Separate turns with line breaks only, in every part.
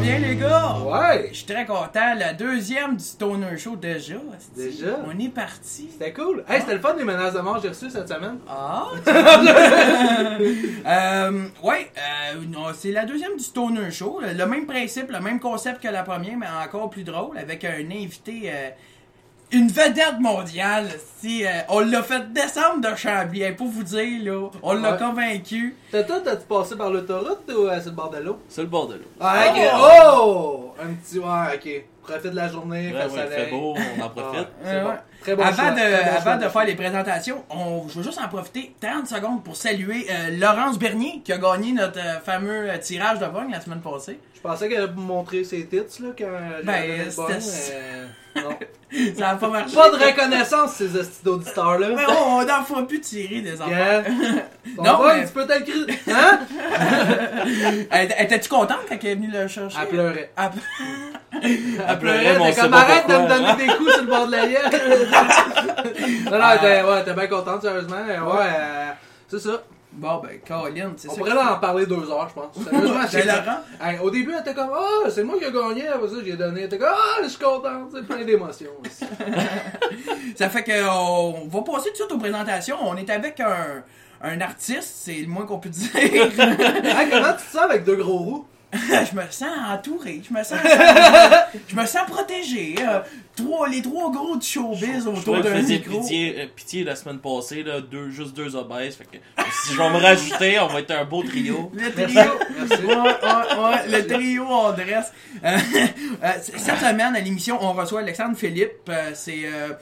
bien, les gars!
Ouais!
Je suis très content. La deuxième du Stoner Show, déjà. hostie.
Déjà?
On est parti.
C'était cool. Hey, c'était le fun des menaces de mort que j'ai reçues cette semaine.
Ah! tu- Euh, ouais, euh, non, c'est la deuxième du Stoner Show. Le, le même principe, le même concept que la première, mais encore plus drôle, avec un invité, euh, une vedette mondiale. Si, euh, on l'a fait descendre de Chambly, hein, pour vous dire, là. On l'a
Ouais.
convaincu.
T'as toi, t'as-tu passé par l'autoroute ou euh, sur le bord de l'eau?
C'est le bord de l'eau.
Ah, ok. Oh! Un petit, ouais, ok. Profite de la journée,
Ouais,
fait
ouais, il
soleil.
fait beau, on en
Ah,
profite.
c'est
Ouais,
bon.
ouais.
Très bon
avant
choix,
de,
très bon choix.
avant de faire les présentations, on, je veux juste en profiter 30 secondes pour saluer euh, Laurence Bernier qui a gagné notre euh, fameux euh, tirage de Vogue la semaine passée.
Je pensais qu'elle allait me montrer ses titres, là, quand
Ben,
j'avais le
c'était
bon,
ça.
euh, non.
Ça a pas marché.
Pas de reconnaissance, ces hosties d'auditeurs-là.
Mais on on n'en fera plus tirer des enfants.
Yeah. Bon,
Non,
bon,
mais-
tu peux te le crier. Hein?
Étais-tu contente quand elle est venue le chercher? Ah,
Elle pleurait.
Elle ple-
Elle
pleurait,
pleurait,
mais on
t'es
sait
comme
pas
arrête de me
pourquoi,
donner des coups sur le bord de la gueule. non, non, t'es, ouais, t'es bien contente, sérieusement. Ouais, euh, c'est ça.
Bon, ben, Colin, c'est
On
ça.
pourrait en parler deux heures, je pense. Sérieusement,
C'est
j'ai-
Laurent.
Hey, au début, elle était comme Ah, c'est moi qui ai gagné. Après ça, j'ai donné. Elle était comme Ah, je suis contente. C'est plein d'émotions. aussi.
Ça fait qu'on va passer tout de suite aux présentations. On est avec un, un artiste, c'est le moins qu'on peut dire.
Hey, comment tu te sens avec deux gros roues
je me sens entouré, je me sens, je me sens protégé. Euh, trois, les trois gros du showbiz
Je
autour
trouvais que
d'un
faisait
micro.
pitié, euh, pitié la semaine passée, là, deux, juste deux obèses. Fait que, si je vais me rajouter, on va être un beau trio.
Le
Merci.
trio,
Merci.
Ouais, ouais, ouais, le trio en dresse. Euh, euh, cette semaine, à l'émission, on reçoit Alexandre Philippe. euh, c'est euh,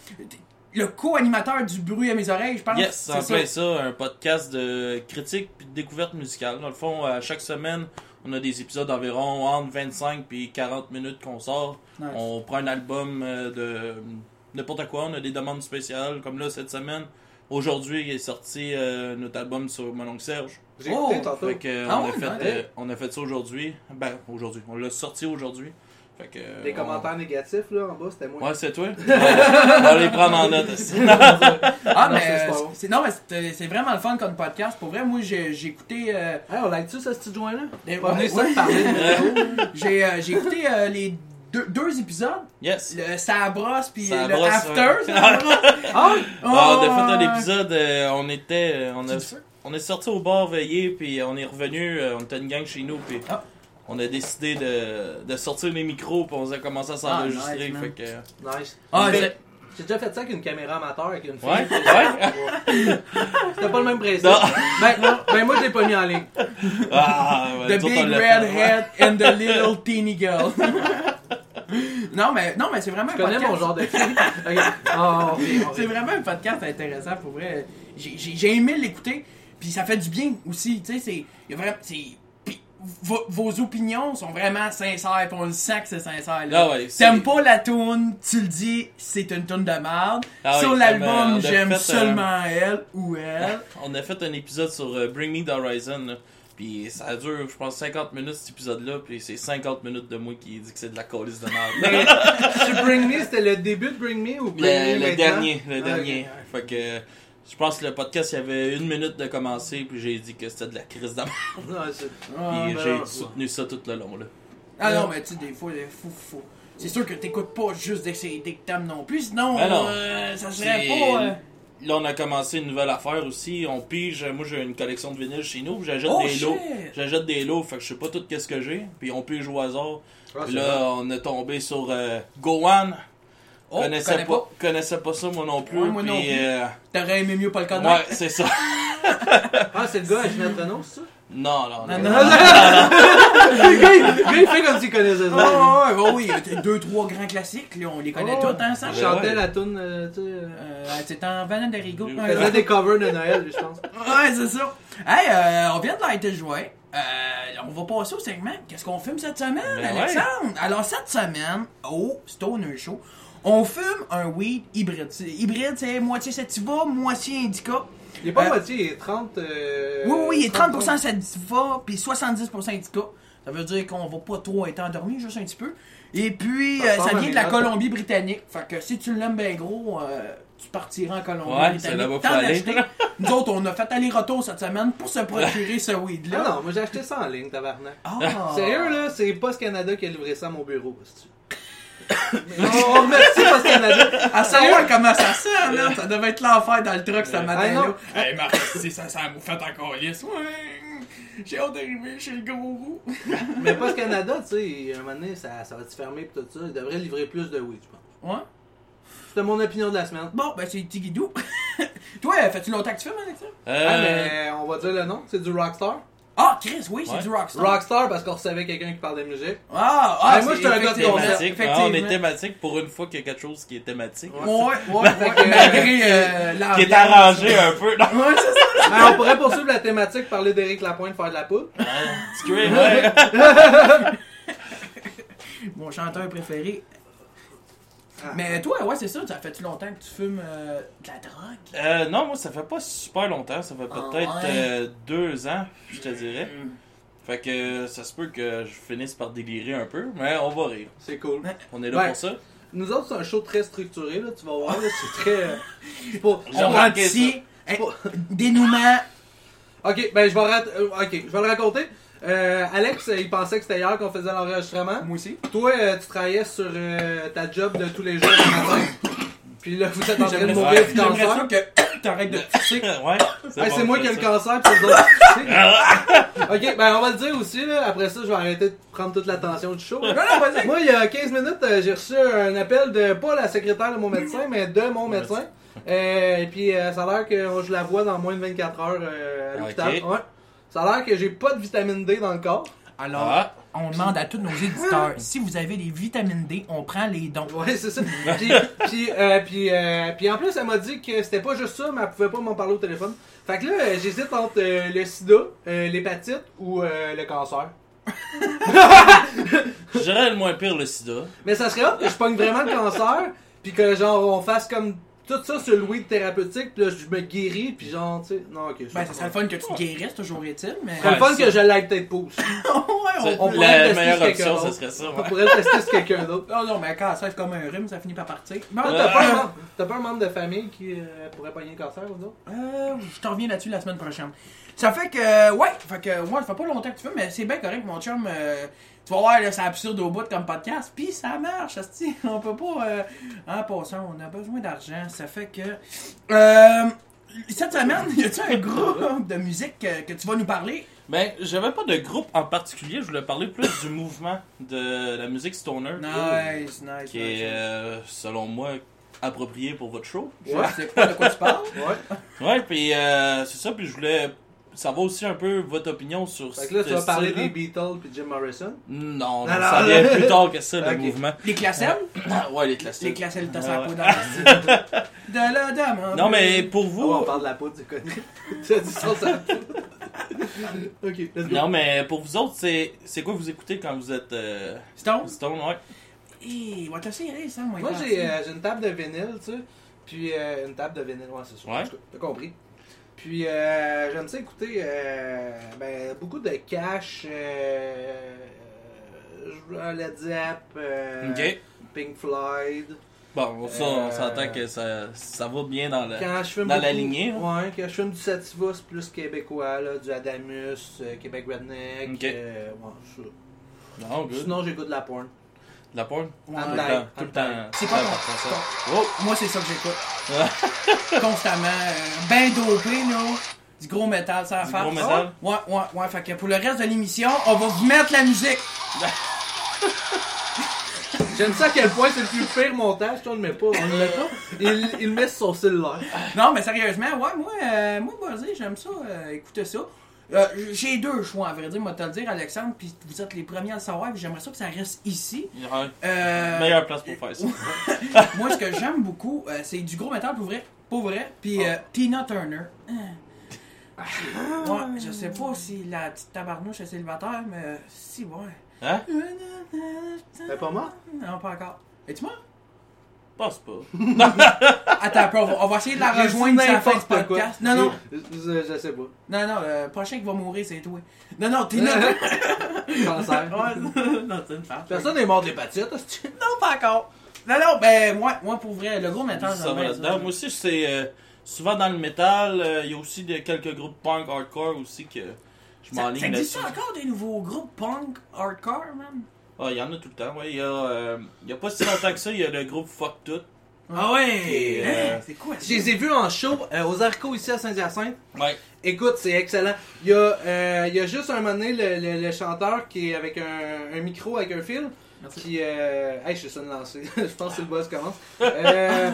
le co-animateur du Bruit à mes oreilles, je pense.
Yes,
c'est
c'est en plein ça, un podcast de critique puis de découverte musicale. Dans le fond, à chaque semaine, on a des épisodes environ entre 25 puis 40 minutes qu'on sort.
Nice.
On prend un album euh, de n'importe quoi, on a des demandes spéciales, comme là, cette semaine. Aujourd'hui, il est sorti euh, notre album sur Mon oncle Serge.
J'ai
Oh,
écouté tantôt.
Fait que, euh,
Ah
on,
ouais,
a fait,
nice.
euh, on a fait ça aujourd'hui. Ben, aujourd'hui. On l'a sorti aujourd'hui. Fait que, euh,
Des
on-
commentaires négatifs, là, en bas, c'était moi.
Ouais, c'est toi. Ouais, on va les prendre en note. aussi.
Ah,
Non,
mais
c'est
euh,
pas bon.
c'est- non, mais c'est, euh, c'est vraiment le fun comme podcast. Pour vrai, moi, j'ai j'ai écouté. euh,
Hey, on like-tu ce petit joint-là?
Eh,
On
ouais,
est ça
ouais.
de parler de vidéo.
j'ai euh, j'ai écouté euh, les deux, deux épisodes.
Yes.
Le ça brosse puis
Ça
le
brosse,
after.
ouais.
ça brosse.
Ah,
Ah, on a
Oh,
fait
ouais.
un épisode, euh, on était. euh, on, a-
Tu dis ça?
on est sorti au bar veillé, puis on est revenu, euh, on était une gang chez nous, puis
Ah.
on a décidé de, de sortir les micros, puis on a commencé à
Ah,
s'enregistrer.
nice, man.
fait que.
Nice.
Ah,
Mais-
j'ai-
J'ai déjà fait ça avec une caméra amateur, avec une fille.
Ouais, ouais.
C'était pas le même principe.
Non.
Ben, moi- ben, moi, je l'ai pas mis en ligne.
Ah, ouais,
The
nous autres, on
big
l'a
red
fait, ouais.
head and the little teeny girl. non, mais, non, mais c'est vraiment
Je
un
connais
podcast.
mon genre de fille. Ok. Ah, on rit, on rit.
C'est vraiment un podcast intéressant pour vrai. J'ai j'ai- j'ai aimé l'écouter, puis ça fait du bien aussi. Tu sais, c'est. il y a vraiment- c'est- puis Vos, vos opinions sont vraiment sincères, puis on le sent que c'est sincère. là.
Ah ouais, c'est-
T'aimes pas la tune, tu le dis, c'est une tune de merde.
Ah
Sur
ouais, comme, euh, on
l'album,
a
j'aime
fait, euh,
seulement elle ou elle.
Hein? On a fait un épisode sur euh, Bring Me the Horizon, là, puis ça dure, je pense, 50 minutes cet épisode-là, puis c'est 50 minutes de moi qui dit que c'est de la colisse de merde.
Mais, sur Bring Me, c'était le début de Bring Me ou Bring
Le,
Me
le
maintenant?
dernier, le
Ah,
dernier.
ok.
Fait que je pense que le podcast, il y avait une minute de commencer, puis j'ai dit que c'était de la crise d'amour.
Non, c'est-
Ah,
Puis
ben
j'ai
non.
soutenu ça tout le long. Là.
Ah
Euh,
non, mais tu sais, des fois, les fou, fou. C'est sûr que t'écoutes pas juste des CD que t'aimes non plus, sinon,
Ben non.
euh, ça serait
C'est-
pas. euh,
Là, on a commencé une nouvelle affaire aussi. On pige. Moi, j'ai une collection de vinyles chez nous. J'achète
Oh,
des
shit!
lots. J'achète des lots, fait que je sais pas tout qu'est-ce que j'ai. Puis on pige au hasard.
Ah,
Puis
c'est
là, on est tombé sur euh, Gowan.
Oh,
connaissais
connais
pas, connaissais pas ça, moi non plus.
Ouais, moi
Puis,
non plus.
euh,
T'aurais aimé mieux pas le
ouais,
connaître.
c'est ça.
vrai. Ah, c'est le gars à Ginette Renault, c'est ça?
Non, non, non.
Non,
Non, non, non. Le gars, il- le gars, il fait comme s'il connaissait ça.
Ah, ouais, ouais, oui, il y a deux, trois grands classiques, là, on les connaît
Oh.
tous, hein, ça?
Il
Ben Ouais.
chantait la toune, euh, tu sais... euh,
Euh, c'est en Vanne de Rigo.
Il
Il faisait
Ouais,
des covers de Noël, lui, je pense.
c'est ça. Hey, euh, on vient de l'arrêter de jouer. Euh, on va passer au segment. Qu'est-ce qu'on fume cette semaine,
Ben
Alexandre? Alors, cette semaine, au Stoner Show, on fume un weed hybride. C'est- Hybride, c'est moitié sativa, moitié indica.
Il est pas
Euh,
moitié, il est 30... euh,
Oui, oui, il est 30% sativa, puis 70% indica. Ça veut dire qu'on va pas trop être endormi, juste un petit peu. Et puis,
Ça
euh, ça,
ressemble
vient
à mes
de la
notes.
Colombie-Britannique. Fait que si tu l'aimes bien gros, euh, tu partiras en Colombie.
Ouais, c'est là-bas
t'en
faut aller.
acheter. Nous autres, on a fait aller-retour cette semaine pour se procurer ce
Non,
weed-là.
non, moi j'ai acheté ça en ligne, tabarnak.
Ah.
Sérieux, là, c'est Post Canada qui a livré ça à mon bureau, c'est-tu? on remercie Post Canada.
À savoir comment ça sent, là. Ça devait être l'enfer dans le truck ce matin-là.
non.
Hey, Marc, si ça sent la moufette encore lisse. Ouais. J'ai hâte d'arriver chez le gros roux.
Mais Post Canada, tu sais, à un moment donné, ça, ça va se fermer pis tout ça. Ils devraient livrer plus de weed, je pense.
Ouais.
C'était mon opinion de la semaine.
Bon, ben, c'est Tigidou. Toi, fais-tu longtemps que tu fumes, Alexandre?
Euh,
Ah, mais on va dire le nom, c'est du Rockstar.
Ah, Chris, oui, c'est
Ouais.
du rockstar.
Rockstar parce qu'on recevait quelqu'un qui parlait de musique.
Ah, ah,
Ben, moi,
c'est
j'étais un gars de
effectivement-
concept.
thématique. Ah, on est thématique pour une fois qu'il y a quelque chose qui est thématique.
Ouais, ouais,
Fait
ouais,
que-
malgré euh, l'ambiance.
Qui est arrangé un peu. Non.
Ouais, c'est ça.
Mais Ben, on pourrait poursuivre la thématique, parler d'Éric Lapointe, faire de la poudre.
Excusez, ouais.
Mon chanteur préféré.
Ah.
Mais toi, ouais, c'est ça, ça fait-tu longtemps que tu fumes euh, de la drogue?
Euh, non, moi, ça fait pas super longtemps. Ça fait
Ah,
peut-être
ouais.
euh, deux ans, je te dirais. Fait que ça se peut que je finisse par délirer un peu, mais on va rire.
C'est cool.
On est là
Ouais.
pour ça.
Nous autres, c'est un show très structuré, là, tu vas voir, là, c'est très... euh, c'est pas-
J'ai
On rentre
remarqué
ici, hein,
Pas-
dénouement.
Ok, ben je vais, rat- euh, ok, je vais le raconter. Euh, Alex, euh, il pensait que c'était hier qu'on faisait l'enregistrement.
Moi aussi.
Toi, euh, tu travaillais sur euh, ta job de tous les jours le matin. Puis là, vous êtes en train de
J'aimerais ça-
mourir du
J'aimerais
cancer.
ça que t'arrêtes de
ouais,
tousser.
Hey, c'est
bon,
moi
je
qui ai
fais
le
ça.
cancer, puis c'est vous autres. ok, ben on va le dire aussi, là. après ça, je vais arrêter de prendre toute l'attention du show.
Non, non, vas-y.
Moi, il y a 15 minutes, euh, j'ai reçu un appel de, pas la secrétaire de mon médecin, mais de mon médecin. Euh, et puis, euh, ça a l'air que oh, je la vois dans moins de 24 heures euh, à l'hôpital.
Ok.
Ouais. Ça a l'air que j'ai pas de vitamine D dans le corps.
Alors,
Ah.
on demande à tous nos éditeurs, si vous avez des vitamines D, on prend les dons.
Ouais, c'est ça. puis, puis, euh, puis, euh, puis en plus, elle m'a dit que c'était pas juste ça, mais elle pouvait pas m'en parler au téléphone. Fait que là, euh, j'hésite entre euh, le sida, euh, l'hépatite ou euh, le cancer.
Je dirais le moins pire, le sida.
Mais ça serait hot que je pogne vraiment le cancer, puis que genre on fasse comme tout ça sur le weed thérapeutique, puis là je me guéris, puis genre, tu sais. Non, ok. je-
Ben, ça serait le fun que tu te guérisses, toujours est-il, mais...
Ça serait le fun
Ouais, ça.
que je l'aille peut-être pas aussi.
Ouais, on-
on pourrait
la
tester
meilleure
quelqu'un
option, ce
d'autre.
serait ça.
On
ouais.
pourrait le tester sur quelqu'un d'autre.
Oh Non, non, mais quand ça c'est comme un rhume, ça finit par partir. Bon,
Toi,
euh,
T'as pas, un membre- t'as pas un membre de famille qui euh, pourrait pogner le cancer ou non?
euh, je t'en reviens là-dessus la semaine prochaine. Ça fait que, ouais, fait que, ouais, ça fait pas longtemps que tu veux, mais c'est bien correct, mon chum. euh, tu vas voir, là, c'est absurde au bout comme podcast, puis ça marche, asti. On peut pas, euh, en passant, on a besoin d'argent. Ça fait que, euh, cette semaine, y a-tu un groupe de musique euh, que, que tu vas nous parler?
Ben, j'avais pas de groupe en particulier, je voulais parler plus du mouvement de la musique stoner.
Nice, nice.
Qui est, euh, selon moi, approprié pour votre show.
Ouais, je sais pas de quoi tu parles.
Ouais.
Ouais, puis euh, c'est ça, puis je voulais savoir aussi un peu votre opinion sur
Fait que là,
ce
tu vas parler
style-là.
des Beatles puis Jim Morrison.
Non,
Non,
non, ça
non.
vient plus tard que ça, le
Ok. Ah,
mouvement.
Les classelles?
ouais, les
Les
classiques.
classelles, t'as
Ouais,
sa
ouais.
peau dans la- De la dame, hein,
Non, mais
mais-
pour
Ah ouais,
vous,
on parle de la poudre, tu connais. tu as dit ça, ça. ok, let's go.
non, mais pour vous autres, c'est c'est quoi vous écoutez quand vous êtes euh,
Stone?
stone, ouais.
Eh, what a series, hein,
Moi, j'ai euh, j'ai une table de vinyle, tu sais. Puis euh, une table de vinyle, ouais, c'est sûr.
Ouais.
En tout cas, T'as compris. Puis euh, j'aime ça écouter euh, ben, beaucoup de cash, euh, euh, Led Zepp, euh,
Ok.
Pink Floyd.
Bon, ça, on
Euh,
s'entend que ça, ça va bien dans le.
Quand je fume
Euh, dans la
beaucoup-
lignée, hein? là.
Ouais, quand je fume du Sativa, c'est plus québécois, là, du Adamus, euh, Québec Redneck.
Ok.
euh, ouais, ça.
Non, good.
Sinon, j'écoute de la porn.
De La porn?
Ouais.
Tout le temps, Tout le temps.
C'est pas
Ouais,
mon-
parfait, ça. Oh,
Moi, c'est ça que j'écoute. Constamment. euh, ben dopé, là. Du gros métal, ça
Du
faire.
gros métal?
Ouais, ouais, ouais. Fait que pour le reste de l'émission, on va vous mettre la musique.
J'aime ça à quel point c'est le plus pire montage, toi on le met pas, on le met pas. Il, il le met sur son cellulaire.
Non, mais sérieusement, ouais, moi, euh, moi, Buzzé, j'aime ça, euh, écoutez ça. Euh, j'ai deux choix, à vrai dire, moi, te le dire, Alexandre, puis vous êtes les premiers à le savoir, puis j'aimerais ça que ça reste ici.
Ouais.
Euh,
Meilleure place pour faire ça.
Moi, ce que j'aime beaucoup, euh, c'est du gros métal pour vrai. Pour vrai. Puis euh, Tina Turner. Ah. Ouais, je sais pas si la petite tabarnouche est célibataire, mais euh, si, ouais.
Hein?
T'es pas mort?
Non, pas encore. Es-tu mort?
Pense pas.
Attends, un peu, on va, on va essayer de la
J'ai
rejoindre
dit
sur la fin du
n'importe quoi.
podcast. Non, non,
Je, je- je sais pas.
non, non, le prochain qui va mourir, c'est toi. Non, non, Tina Turner.
Cancer.
Ouais, non, c'est une femme.
Personne n'est mort de l'hépatite, hostie.
Non, pas encore. Non, non, ben, moi, moi pour vrai, le gros métal,
Ça
j'aime
va
bien
là-dedans. Moi aussi, c'est euh, souvent dans le métal. euh, Il y a aussi de- quelques groupes punk hardcore aussi que je
Ça, ça
m'enligne
existe
là-dessus.
encore des nouveaux groupes punk hardcore, man?
Ah, il y en a tout le temps, ouais. Il y, a, euh, il y a pas si longtemps que ça, il y a le groupe Fuck Tout.
Ah ouais!
Euh,
Hein? C'est quoi ça?
Je les ai vus en show euh, aux Arcos ici à Saint-Hyacinthe.
Ouais.
Écoute, c'est excellent. Il y, a, euh, il y a juste un moment donné le, le- le chanteur qui est avec un, un micro, avec un fil.
Merci.
Qui, euh... Hey, je suis sonné lancé. je pense que le boss commence. Euh,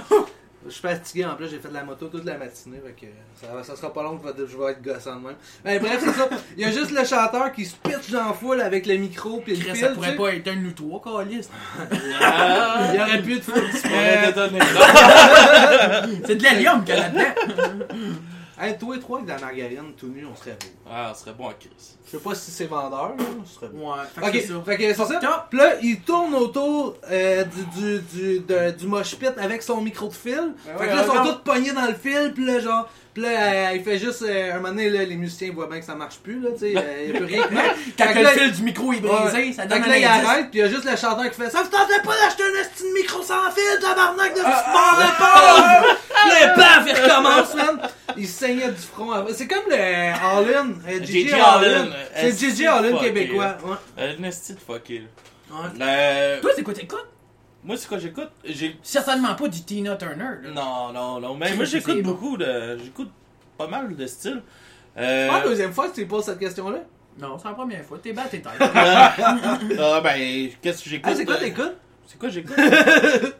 Je suis fatigué en plus, j'ai fait de la moto toute la matinée. fait que ça, va- ça sera pas long que je vais- je vais être gossant de même. Mais bref, c'est ça. Il y a juste le chanteur qui se pitch dans la foule avec le micro puis le fil.
Chris, ça
tu
pourrait
sais.
pas être un de nous trois, câlisse.
Ah,
Il y aurait pu te
Euh,
on est étonnés.
C'est de l'hélium qu'il y a là-dedans.
Hey, toi et trois avec de la margarine tout nu, on serait beau.
Ah, ce serait bon à Chris.
Je sais pas si c'est vendeur, là, on serait beau.
Ouais, fait que
Ok,
c'est ça.
fait que c'est ça.
Top.
Puis là, il tourne autour euh, du, du, du, de- du mosh pit avec son micro de fil.
Ben
fait
ouais,
que là, ils sont
regarde.
tous pognés dans le fil. Puis là, genre, puis là, euh, il fait juste. euh, un moment donné, là, les musiciens voient bien que ça marche plus. Là, tu sais, euh, il n'y a plus rien qui marche.
Quand
Fait
que
que là,
le fil du micro est brisé,
Ouais.
ça
Fait
donne
que là, il
un indice.
arrête, puis il y a juste le chanteur qui fait Ça vous tentait pas d'acheter un esti de micro sans fil, tabarnak de
Ah,
sport de pauvre! Puis là, paf, il recommence, man! Il saignait du front après. C'est comme le Allin, euh,
J.J.
J.J. Allin.
Allin,
C'est
esti
J.J. Allin
fucké,
québécois. ouais.
Euh, Nasty de fucké, là.
Ouais.
Euh,
Toi, c'est quoi t'écoutes?
moi, c'est quoi j'écoute? J'ai...
Certainement pas du Tina Turner, là.
Non, non, non. Mais
C'est-
moi,
c'est
j'écoute
bon.
beaucoup de... J'écoute pas mal de styles. Euh,
Ah, deuxième fois que tu poses cette question-là.
Non, c'est la première fois. T'es bête, t'es tête.
ah, ben, qu'est-ce que j'écoute?
Ah, c'est quoi
euh,
t'écoutes?
C'est quoi j'écoute?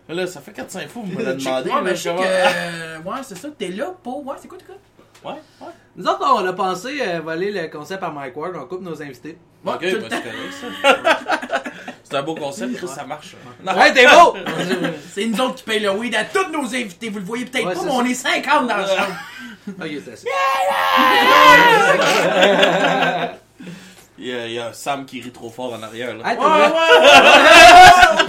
Mais là, ça fait 4-5 fois que vous me l'avez
Check-
demandé.
Ouais,
là,
mais je sais
comment-
que. Ouais, c'est ça. T'es là pour. Ouais, c'est quoi t'écoutes?
Ouais, ouais.
Nous autres, on a pensé euh, voler le concept à Mike Ward, on coupe nos invités.
Bon,
ok,
tout le
bah,
temps.
c'est correct, ça. c'est un beau concept, Chris, ça marche. Non,
Ouais, t'es beau!
C'est nous autres qui payons le weed à tous nos invités. Vous le voyez peut-être
Ouais,
pas,
c'est
mais on
ça.
est 50 dans le champ.
ok, c'est assez.
Il y, a, il y a Sam qui rit trop fort en arrière. Là.
Hey,
Ouais,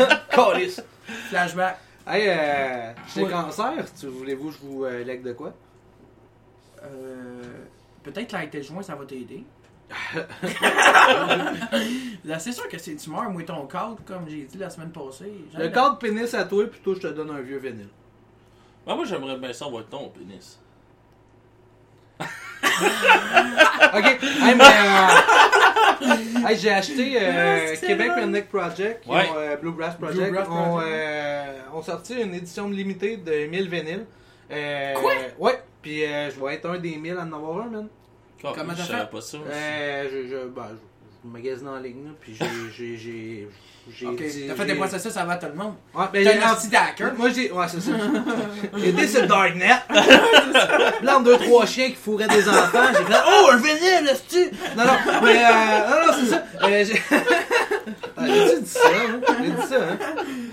ouais,
t'as
ouais.
Calice.
Flashback.
Hey, euh, j'ai
Ouais.
cancer, tu voulez-vous que je vous euh, lègue de quoi?
Euh, Peut-être la été joint, ça va t'aider. Là, c'est sûr que c'est une tumeur, moi, ton cadre, comme j'ai dit la semaine passée. j'aime
Le
la-
cadre pénis à toi, plutôt je te donne un vieux vinyle.
Ouais, moi, j'aimerais bien ça avoir ton pénis.
Ok, hey, mais. euh, hey, j'ai acheté euh,
Ah, c'est
Québec
drôle.
Redneck Project, qui
Ouais.
ont, euh, Bluegrass Project.
Bluegrass
ont,
Project.
euh, ont sorti une édition limitée de 1000 vinyles. Euh,
Quoi?
Ouais, puis euh, je vais être un des 1000 à en avoir un, man.
Quand
Comment
je
t'as
savais
fait?
pas ça.
Euh, je, je, ben, je, je magasine en ligne, là, puis j'ai- j'ai. j'ai- j'ai-
Ok,
j'ai-
t'as fait des
j'ai-
processus avant tout le monde.
Ouais, ben,
T'es
j'ai-
un anti-dacker.
Moi j'ai. Ouais, c'est ça. J'étais sur Darknet. Là, en deux, trois chiens qui fourraient des enfants. J'ai fait Oh, un vinyle, est-ce Non, non, mais. Euh, non, non, c'est ça. Euh, j'ai. Ah, J'ai dit ça, hein. J'ai dit ça, hein.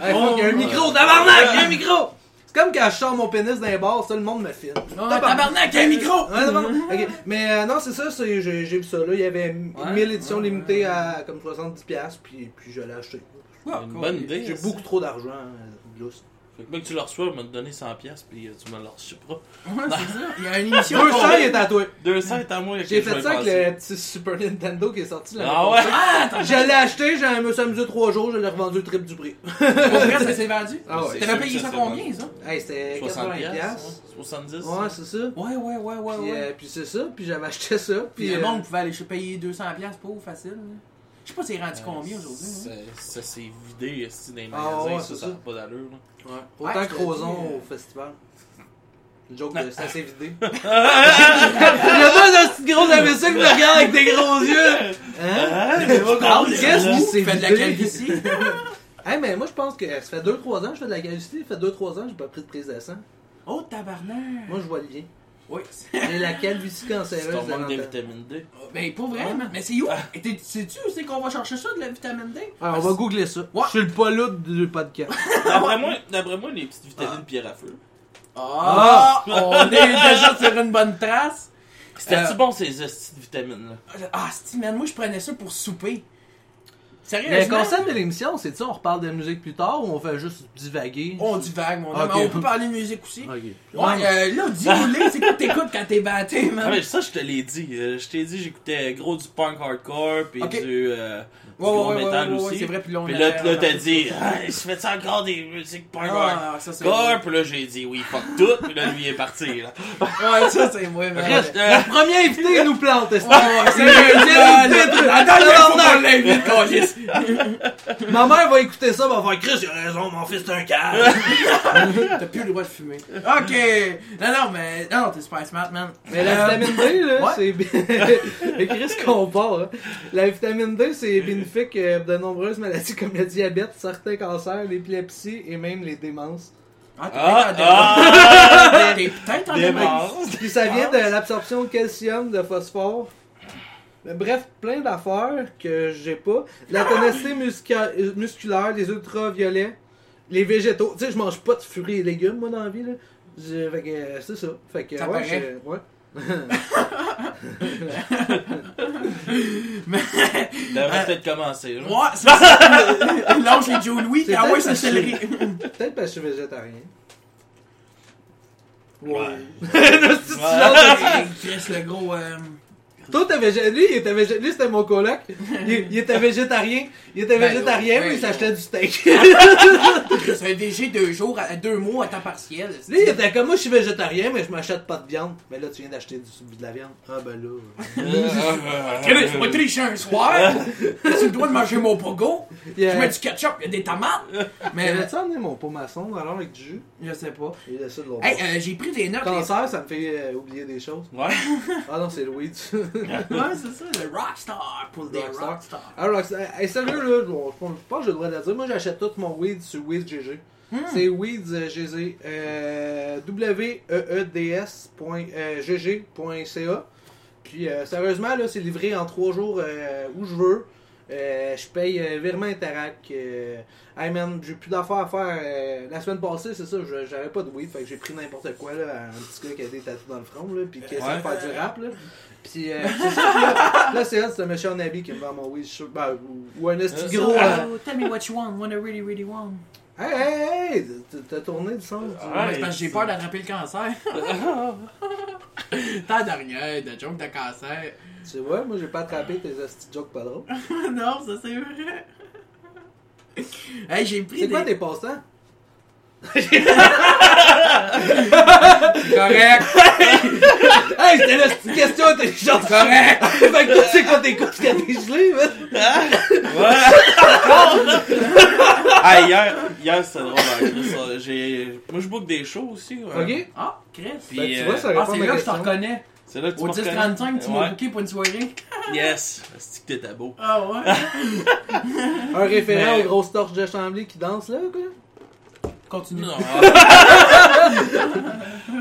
Ah, faut qu'il y ait un micro, tabarnak, il y a un micro. C'est comme quand je sors mon pénis d'un bar, ça, le monde me filme.
Oh, tabarnak, il y a un micro!
Ouais, tabarnak. Ok, Mais euh, non, c'est ça, c'est- j'ai j'ai vu ça là. Il y avait 1000 éditions limitées à comme 70$, puis, puis je l'ai acheté.
Ah,
Une
cool.
bonne idée.
J'ai beaucoup trop d'argent, euh, lousse.
Fait que même que tu le reçois, me donner 100 pièces puis euh, tu me le reçois.
Ouais, c'est ça. Il y a une émission.
200 il est tatoué.
200 est à moi.
J'ai fait ça avec le petit Super Nintendo qui est sorti là.
Ah ouais?
Ah, attends,
Je l'ai acheté, je me suis amusé 3 jours, je l'ai revendu le triple du prix.
pour vrai, est-ce que c'est vendu?
Ah ouais.
T'avais payé
C'est
ça
sûr que
combien,
c'est
ça?
Hey, c'était
60
80$.
pièces. 70.
Ouais, c'est ça.
Ouais, ouais, ouais, ouais,
Puis,
ouais.
euh, puis c'est ça, puis j'avais acheté ça.
Puis
Puis,
le
euh,
monde pouvait aller ch- payer 200$ piastres pour facile. là. Je sais pas c'est rendu combien aujourd'hui. hein.
Euh, Ça ça s'est vidé esti, dans les
Ah
magasins,
ouais,
ça,
c'est
ça
ça.
n'a pas d'allure. là.
ouais. Autant
Ouais,
que
je te
Roson
dis, euh,
au festival. Une joke de ça s'est vidé. Il y a deux un petit gros imbécile qui me regarde avec des gros yeux. Hein?
Ah, le
Qu'est-ce
gros
qui s'est
fait de la
vidé?
calvitie?
Hey, mais moi je pense que ça fait 2-3 ans que je fais de la calvitie, ça fait 2-3 ans que j'ai pas pris de prise de sang.
Oh, tabarnak!
Moi je vois le lien.
Oui.
J'ai la calvitie
C'est
cancéreuse.
ton
de
manque de
l'entendre.
vitamine D.
Ben, pas vraiment. Mais c'est où? Et t'es- Sais-tu où c'est qu'on va chercher ça, de la vitamine D?
Alors, on va googler ça.
Ouais.
Je suis le paloute du podcast.
D'après moi, d'après moi, les petites vitamines pierre à feu.
Ah! On est déjà sur une bonne trace.
C'était-tu
Euh,
bon ces estis de vitamines là?
Ah, Steve, man, moi je prenais ça pour souper.
Le
Sérieusement?
concept de l'émission, c'est ça, on reparle de musique plus tard ou on fait juste divaguer?
On divague, mon homme.
Ok.
On peut parler de musique aussi.
Ok.
Ouais, euh, là, dis-moi, c'est quoi que t'écoutes quand t'es batté,
Ah,
man?
mais ça, je te l'ai dit. Euh, Je t'ai dit, j'écoutais gros du punk hardcore, puis
Ok.
du, euh,
Ouais,
du gros
ouais, ouais,
métal
ouais, ouais,
aussi.
c'est vrai, puis là, on
Puis
a-
là, t- là,
on a-
t'as dit, ah, je fais encore des musiques punk hardcore.
Ah, ça, c'est
Puis là, j'ai dit, oui, fuck tout, puis là, lui il est parti. Là.
Ouais, ça, c'est moi, man.
Reste,
Ouais,
euh,
Le premier invité nous plante, est-ce que-
ouais, c'est un gars, là. La dernière fois qu'on l'invite, câlisse.
Ma mère va écouter ça, va faire Chris, il a raison, mon fils est un câble.
T'as plus le droit de fumer. Ok! Non, non, mais. Non, non, t'es super smart, man.
Mais la
Euh,
vitamine D, là,
Ouais.
c'est. bien- Et Chris compare, hein. La vitamine D, c'est bénéfique euh, de nombreuses maladies comme le diabète, certains cancers, l'épilepsie et même les démences.
Ah, t'es
Ah,
peut-être en
ah,
démence. T'es peut-être en
des
démence.
morts.
Puis ça vient de l'absorption de calcium, de phosphore. Mais Bref, plein d'affaires que j'ai pas.
Ah!
La tenacité musca- euh, musculaire, les ultraviolets, les végétaux. Tu sais, je mange pas de fruits et légumes, moi, dans la vie. Là. Je- Fait que euh, c'est ça. Fait que,
Ça
ouais,
paraît.
je- ouais. Euh,
Devrait peut-être commencer. là.
Ouais, c'est ça. Lance les Joe Louis,
C'est
ah ouais,
peut-être
ça
parce que-
céleri.
Peut-être parce que je suis végétarien.
Ouais.
Le petit silence.
Oh, Chris, le gros. euh,
Toi, t'es végé- Lui, il était végé- Lui, c'était mon coloc. Il, il était végétarien. Il était
Ben,
végétarien,
ouais,
mais il
ouais.
s'achetait du steak.
Chris, un VG deux jours, à- deux mois à temps partiel.
Lui, il était comme moi, je suis végétarien, mais je m'achète pas de viande. Mais là, tu viens d'acheter du- de la viande. Ah, ben là. euh.
Chris, faut pas tricher un soir. T'as-tu le droit de manger mon pogo?
Il y
Je mets
a-
du ketchup, il y a des tomates.
il
Mais.
avait-tu emmené mon pot maçon alors avec du jus?
Je sais pas.
Il est ça de l'autre.
Hey,
bord.
euh, j'ai pris des notes. les-
Cancer, ça me fait euh, oublier des choses.
Ouais.
Ah non, c'est Louis.
Ouais, c'est ça, le rockstar pour des
Rockstar.
rockstars.
Ah, Alors, hey, sérieux, là, bon, je pense- je pense que j'ai le droit de le dire. Moi, j'achète tout mon weed sur Weed GG. C'est Weeds euh, GG. Euh, E W-E-E-D-S.gg.ca. Puis, euh, sérieusement, là, c'est livré en trois jours euh, où je veux. Euh, je paye euh, virement Interac. Euh, hey man, j'ai plus d'affaires à faire. euh, la semaine passée, c'est ça, je- j'avais pas de weed, fait que j'ai pris n'importe quoi, là, un petit gars qui a des tatous dans le front, là, puis qui essaie
Ouais.
de faire du rap, là. Puis, euh, c'est ça, puis là, là, c'est hot, c'est un méchant ami qui me vend mon weed, je suis sûr- ben, ou, ou un
Euh,
esti
ça,
gros. euh,
So, tell me what you want, what I really, really want.
Hey, hey, hey! t'as- T'as tourné le sens du.
Ouais.
Ouais, c'est parce que j'ai peur d'attraper le cancer. T'as dernière, de joke de cancer.
Tu vois, moi j'ai pas attrapé tes esti jokes pas drôles.
non, ça c'est vrai. hey, j'ai pris
C'est quoi
des...
tes passants?
C'est correct,
Hey, c'était la petite question intelligente!
c'est correct.
fait que toi, c'est quoi tes courses quand t'es gelé, man?
Ah, hier, hier c'était drôle. hein, Chris. Euh, J'ai... Moi, je book des shows aussi. ouais.
Ok?
Ah, Chris.
Puis,
Ben, tu
euh,
vois, ça
Ah,
répond
c'est
à
là que je te
la question.
reconnais.
C'est là que tu
Au
m'as
10-35, tu m'as
reconnu.
booké pour une soirée.
Ouais. Yes. C'est que t'étais beau.
Ah ouais?
Un référent
Mais-
aux grosses torches de Chambly qui dansent là, quoi?
Continue.
Non.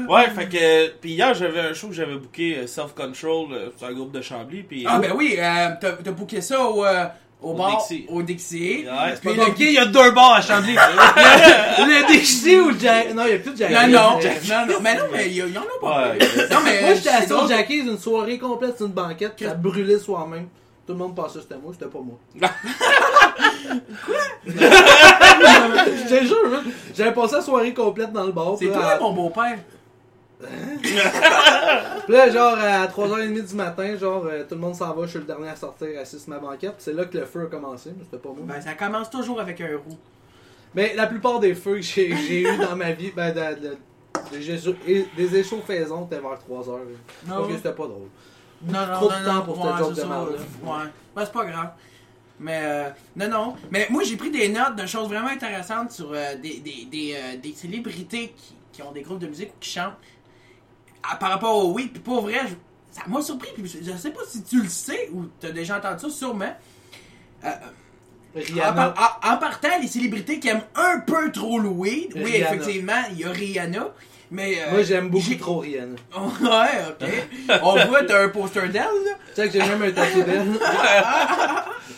ouais, fait que. Puis hier, j'avais un show que j'avais booké euh, Self Control. euh, C'est un groupe de Chambly. Puis.
Ah ben oui, euh, t'as t'as booké ça au, euh, au
Au
bar,
Dixie.
au Dixie.
Ouais, c'est
Puis
pas
le
bon.
gay,
il y a deux bars à Chambly! le DJC ou Jack? Non, il y a plus de Jack.
Non, non,
Euh,
non, non, mais non, mais il y, y en a pas.
Ouais.
Non, mais
Moi, j'étais
c'est
assis au
drôle.
Jackie, une soirée complète, sur une banquette, puis ça brûlait soi-même. Tout le monde pensait que c'était moi, c'était pas moi. Quoi? Je te jure, man, j'avais passé la soirée complète dans le bar.
C'est
puis
toi
là,
mon beau-père.
puis là, genre, à 3h30 du matin, genre, euh, tout le monde s'en va, je suis le dernier à sortir, assis sur ma banquette. puis C'est là que le feu a commencé, mais c'était pas moi.
Ben, ça commence toujours avec un roux.
Mais la plupart des feux que j'ai que j'ai eu dans ma vie, ben, de- de- des, échau- et- des échauffaisons, c'était vers 3h.
Non.
Parce que c'était pas drôle.
Non, non,
Trop
non,
de temps
non,
pour
ouais,
cette joke
c'est
de
ça,
merde-là.
Ouais, Ben, c'est pas grave. Mais euh, non, non. Mais moi, j'ai pris des notes de choses vraiment intéressantes sur euh, des, des, des, euh, des célébrités qui, qui ont des groupes de musique ou qui chantent Ah, par rapport au oui. Puis pour vrai, je- ça m'a surpris. Puis je, je sais pas si tu le sais ou t'as déjà entendu ça, sûrement. Ah, En,
Rihanna.
par- en- en partant, les célébrités qui aiment un peu trop le weed. Oui,
Rihanna.
effectivement, il y a Rihanna. Mais, euh,
Moi, j'aime beaucoup
j'ai-
trop Rihanna.
ouais, ok. On voit, t'as un poster d'elle, là.
Tu sais que j'ai même un tatou d'elle.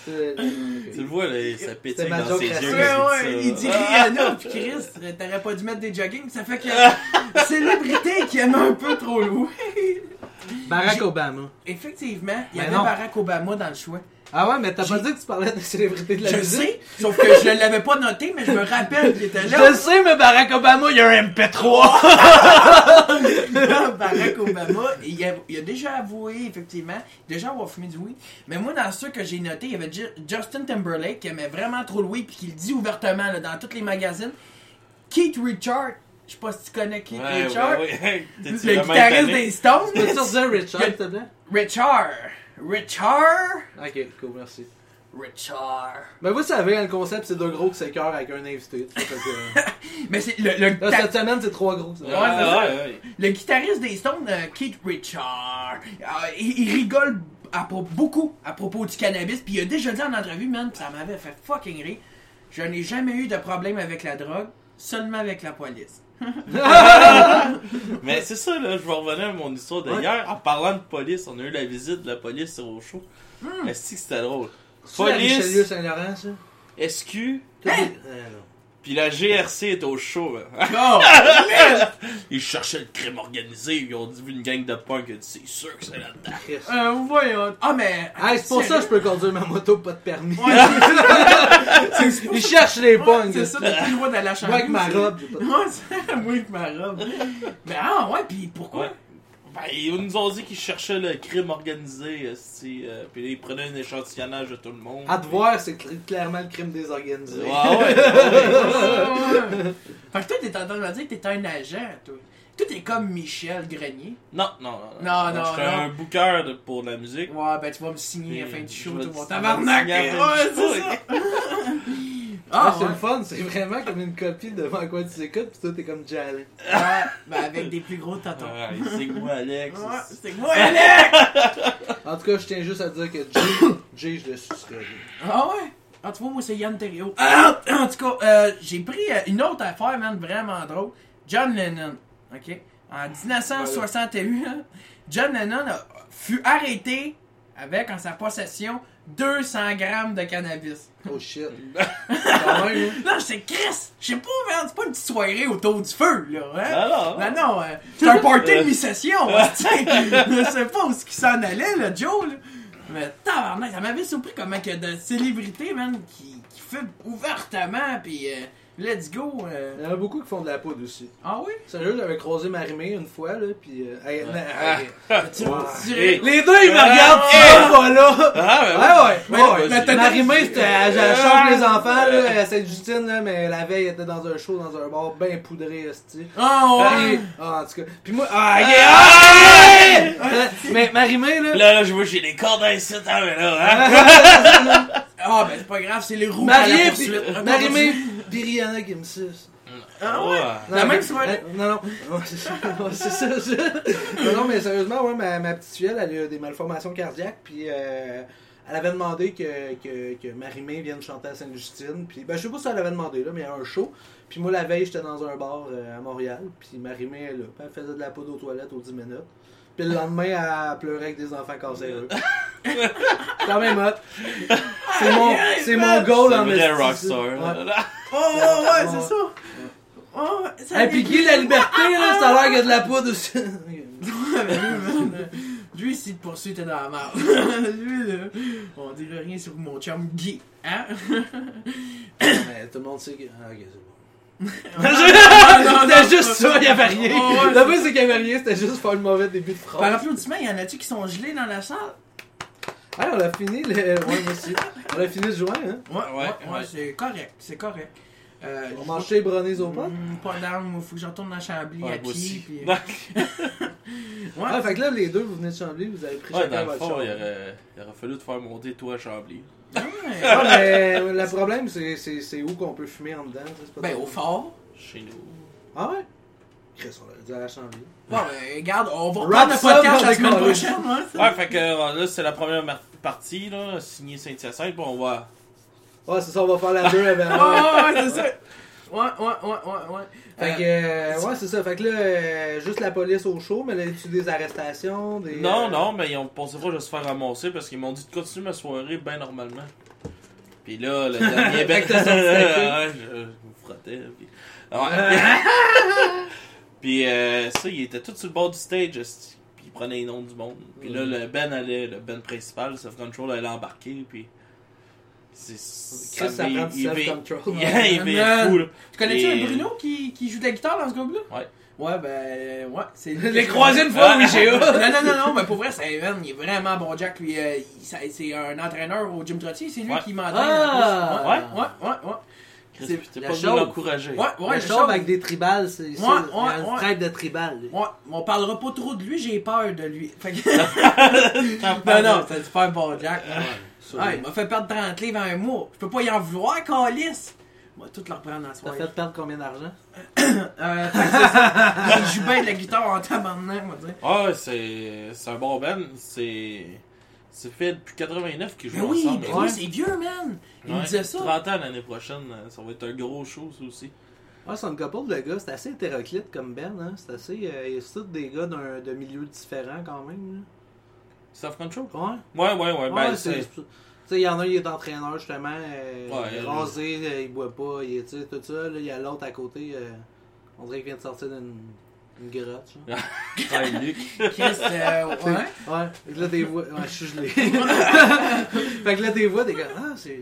Euh,
Tu le vois, là, ça pétille
C'est ma
dans
joke
ses
raciste.
yeux.
Ouais,
quand
ouais,
ça.
il dit
Ah,
Rihanna puis Chris, euh, t'aurais pas dû mettre des joggings, ça fait que célébrité qui aime un peu trop loin.
Barack
J'ai-
Obama.
Effectivement, il y
Mais
avait
Ben non.
Barack Obama dans le choix.
Ah ouais, mais t'as pas
J'ai-
dit que tu parlais de célébrité de la
Je
musique?
sais, sauf que je ne l'avais pas noté, mais je me rappelle qu'il était
Je
là.
le sais, mais Barack Obama, il y a un MP3!
Barack Obama, il a, il a déjà avoué, effectivement, déjà avoir fumé du weed. Mais moi, dans ceux que j'ai noté, il y avait Ju- Justin Timberlake qui aimait vraiment trop le weed, puis qui le dit ouvertement là, dans tous les magazines. Keith Richard, je sais pas si tu connais Keith
Ouais,
Richard,
ouais, ouais. T'es-tu
le
vraiment
guitariste
étonné?
des Stones.
Peux-tu dire Richard, s'il te plaît?
Richard, Richard,
Ok, cool, merci.
Richard.
Ben vous savez, hein, le concept, c'est deux gros qui s'écœurent avec un invité. tu sais, fait que, euh,
Mais c'est le, le,
Là, cette semaine, c'est trois gros. c'est
Ouais,
vrai.
ouais, ouais.
Le guitariste des Stones, euh, Keith Richard, euh, il, il rigole à pro- beaucoup à propos du cannabis. Puis il a déjà dit en entrevue, man, pis ça m'avait fait fucking rire. Je n'ai jamais eu de problème avec la drogue, seulement avec la police.
Mais c'est ça, là, je vais revenir à mon histoire
Ouais.
d'hier. En parlant de police, on a eu la visite de la police au show. Est-ce que c'était drôle?
C'est la Richelieu
Police,
Saint-Laurent, ça?
SQ,
Hein?
Euh, non.
puis la GRC est au show. hein.
Oh!
Ils cherchaient le crime organisé, ils ont dit vu une gang de punk, ils ont dit, c'est sûr que c'est là-dedans.
Chris.
euh, voyons. Ah, mais.
Ah, c'est pour ça que je peux conduire ma moto, pas de permis.
Ouais.
Ils cherchent les punks.
C'est ça, t'as pas le droit d'aller à
Moi avec ma robe, j'ai pas de-
Moi, c'est moi avec ma robe. Mais ah, ouais, puis pourquoi?
Ouais. Ben, ils nous ont dit qu'ils cherchaient le crime organisé, esti, euh, puis ils prenaient un échantillonnage de tout le monde.
À te voir, c'est cl- clairement le crime désorganisé.
Ouais, ouais, ouais.
Fait que toi, t'es en train de me dire que t'es un agent, toi. Toi, t'es comme Michel Grenier.
Non, non, non.
Non, non,
J'étais
non.
un booker de- pour la musique.
Ouais, ben tu vas me signer à la fin
Et
du show,
je vais
tout
te
mon
signer
tabarnak!
à la fin
Ouais,
du
c'est
show,
ça!
Ah,
Ah,
c'est le fun, c'est vraiment comme une copie devant quoi tu écoutes, pis toi t'es comme Jalen.
ouais. Ouais, ben avec des plus gros tatons.
Ah, il sait que moi, Alex.
Ouais, c'est moi, Alex!
En tout cas, je tiens juste à dire que Jay, Jay je le soustrais.
Ah ouais? En tout cas, moi, c'est Yann Terrio. Ah, en tout cas, euh, j'ai pris euh, une autre affaire, man, vraiment drôle. John Lennon, OK? En 1961, John Lennon a- fut arrêté avec, en sa possession, 200 grammes de cannabis.
Oh shit. Quand même, hein.
Là, c'est Chris! Je sais pas, man, c'est pas une petite soirée autour du feu, là, hein?
Alors,
Non, non, euh, c'est un party de mi-session.
Euh.
hein, tu sais. Je sais pas où ce qui s'en allait, là, Joe. Là. Mais tabarnak, ça m'avait surpris comment que de célébrités, man, qui, qui fument ouvertement, puis euh, let's go. euh.
Il y en a beaucoup qui font de la poudre aussi.
Ah oui?
Sérieux, j'avais croisé Marimé une fois, là, pis. euh, hey, na- hey.
Tu
Ouais.
tu dirais-
Les deux, ils me
Ah,
regardent,
ouais.
ah, voilà!
Ah,
Ouais, Ah.
Mais
ouais, ouais.
non, mais t'as-
Marie-Mé, c'était à la chambre des enfants, là, à Sainte-Justine, là, mais la veille, elle était dans un show, dans un bar, ben poudré, esti.
Ah ouais!
Et- Ah, en tout cas. Puis moi, ah, yeah, ah, ouais. Mais Marie-Mé, là.
Là, là, je vois, j'ai des cordes à ici, ah, mais là, hein?
Ah, ben c'est pas grave, c'est les roues à la
Marie-Mé,
poursuite. Ah, non,
Marie-Mé, puis Rihanna qui me suce.
Ah ouais?
Non,
La
mais-
même soirée.
euh, Non, non. Ouais, c'est ça. Ouais, c'est ça, ça. Non, non, mais sérieusement, ouais, ma, ma petite fille, elle, elle a des malformations cardiaques, puis euh, elle avait demandé que, que, que Marie-Mé vienne chanter à Sainte-Justine. Puis, ben, je sais pas si elle avait demandé, là, mais il y a un show. Puis moi, la veille, j'étais dans un bar euh, à Montréal, puis Marie-Mé, elle, elle faisait de la poudre aux toilettes aux 10 minutes. Puis le lendemain, elle pleurait avec des enfants cancéreux. Quand même hot. C'est mon, c'est mon goal
C'est un
en
vrai
esti, ça.
rockstar.
Ouais.
là.
Oh, oh, ouais, c'est
Ouais.
ça! Oh, ouais, ça
Et puis Guy la liberté, là, ça a l'air qu'il y a de la poudre aussi.
Mais lui, man, euh, lui, s'il te poursuit, t'es dans la merde. lui, là, on dirait rien sur mon chum Guy. Hein?
Mais tout le monde sait que. Ah, ok, c'est
non,
bon.
non,
C'était juste ça, il n'y avait
Oh, ouais,
rien. Le but, c'est qu'il n'y avait rien, c'était juste faire le mauvais début de
Par
phrase.
applaudissement, y en a-tu qui sont gelés dans la salle?
Ah, on a fini le. Ouais, monsieur. On a fini le joint, hein.
Ouais, ouais, ouais,
ouais, ouais.
c'est correct, c'est correct. Euh,
On mange les brownies au pot.
Mm, pas d'armes, moi, faut que je retourne dans Chambly
Ouais,
à
moi aussi.
pied. Puis... euh,
Non,
Ouais,
Ah, fait que là, les deux, vous venez de Chambly, vous avez pris
Ouais,
chacun
dans le
votre
fond,
chambre.
il aurait, il aurait fallu te faire monter toi à Chambly.
ouais.
Ah, mais le problème, c'est- c'est c'est où qu'on peut fumer en dedans. ça, c'est pas
Ben,
trop-
au fort.
Chez nous.
Ah ouais? Chris, on aurait dû aller à Chambly.
Bon, ben, regarde, on va reprendre
Wrap
le
ça up
podcast
dans
la
le
semaine
corps.
prochaine. ouais, ça.
Ouais, fait que euh, là, c'est la première mar- partie, là, signée Saint-Hyacinthe. Bon, on va.
Ouais, c'est ça, on va faire la deux
Ouais,
avant.
ouais, ouais, c'est ça. Ouais, ouais, ouais, ouais, ouais.
Fait que, euh, ouais, c'est ça. Fait que là, euh, juste la police au show, mais là, tu des arrestations, des...
Non,
euh,
non, mais ils ont pensé pas que je vais se faire ramasser parce qu'ils m'ont dit de continuer ma soirée bien normalement. Puis là, le dernier
Fait
bec.
que t'as sorti la
Ouais, je, je me frottais. Puis, Ah Ouais. Puis, euh, ça, ils étaient tous sur le bord du stage. esti. Puis il prenait les noms du monde. Puis là, le Ben allait, le Ben principal, Self-Control, allait embarquer, puis. C'est.
Ça, ça prend du
il- il-
self-control.
il- il il est fou, là.
Tu connais-tu
Et-
un Bruno qui, qui joue de la guitare dans ce groupe-là?
Ouais.
Ouais, ben, ouais. C'est
Les croiser une fois au IGA.
non, non, non, non, mais pour vrai, c'est man, il est vraiment bon, Jack. Lui, euh, il- ça- c'est un entraîneur au gym trottier, c'est lui
Ouais.
qui m'entraîne. en
Ah!
plus. Ouais, ouais, ouais.
Chris,
C'est-
puis T'es
la
pas venu
chose.
l'encourager.
Ouais, ouais,
Ouais,
le
je
chauve.
chauffe avec des tribales, c'est c'est-
Ouais, ouais,
il y a une
ouais.
traite de tribal. lui.
Ouais, mais on parlera pas trop de lui, j'ai peur de lui. Fait que-
T'en
non,
parles.
non, c'est super bon, Jack.
Ça,
Ouais, il m'a fait perdre 30 livres en un mois. Je peux pas y en vouloir, Calis. Moi, tout leur prendre en
T'as
soirée.
fait perdre combien d'argent?
Euh, fait que c'est ça. Il joue bien de la guitare en tabarnak, on va dire.
Ah, c'est. C'est un bon Ben. C'est. C'est fait depuis 89 qu'ils
Mais
jouent
oui,
ensemble.
ben
ouais.
oui, c'est vieux, man. Il me
Ouais.
disait ça.
30 ans l'année prochaine, euh, ça va être un gros show, ça aussi.
Ouais, c'est un couple de gars, c'est assez hétéroclite comme Ben, hein. C'est assez. Euh, c'est tous des gars d'un- de milieux différents quand même.
Self-control?
là. Ouais.
Ouais, ouais, ouais.
Ouais,
Ben,
c'est-
c'est.
c'est- Tu sais, il y en a un, il est entraîneur, justement. euh,
Ouais,
il est
euh,
rasé, euh, il boit pas, il est, tu sais, tout ça. Là, il y a l'autre à côté, euh, on dirait qu'il vient de sortir d'une une grotte. genre.
Ouais, Luc.
Chris, euh, ouais.
Ouais, fait que là, t'es voix. Ouais, je suis gelé. fait que là, t'es voix, t'es comme. Ah, c'est.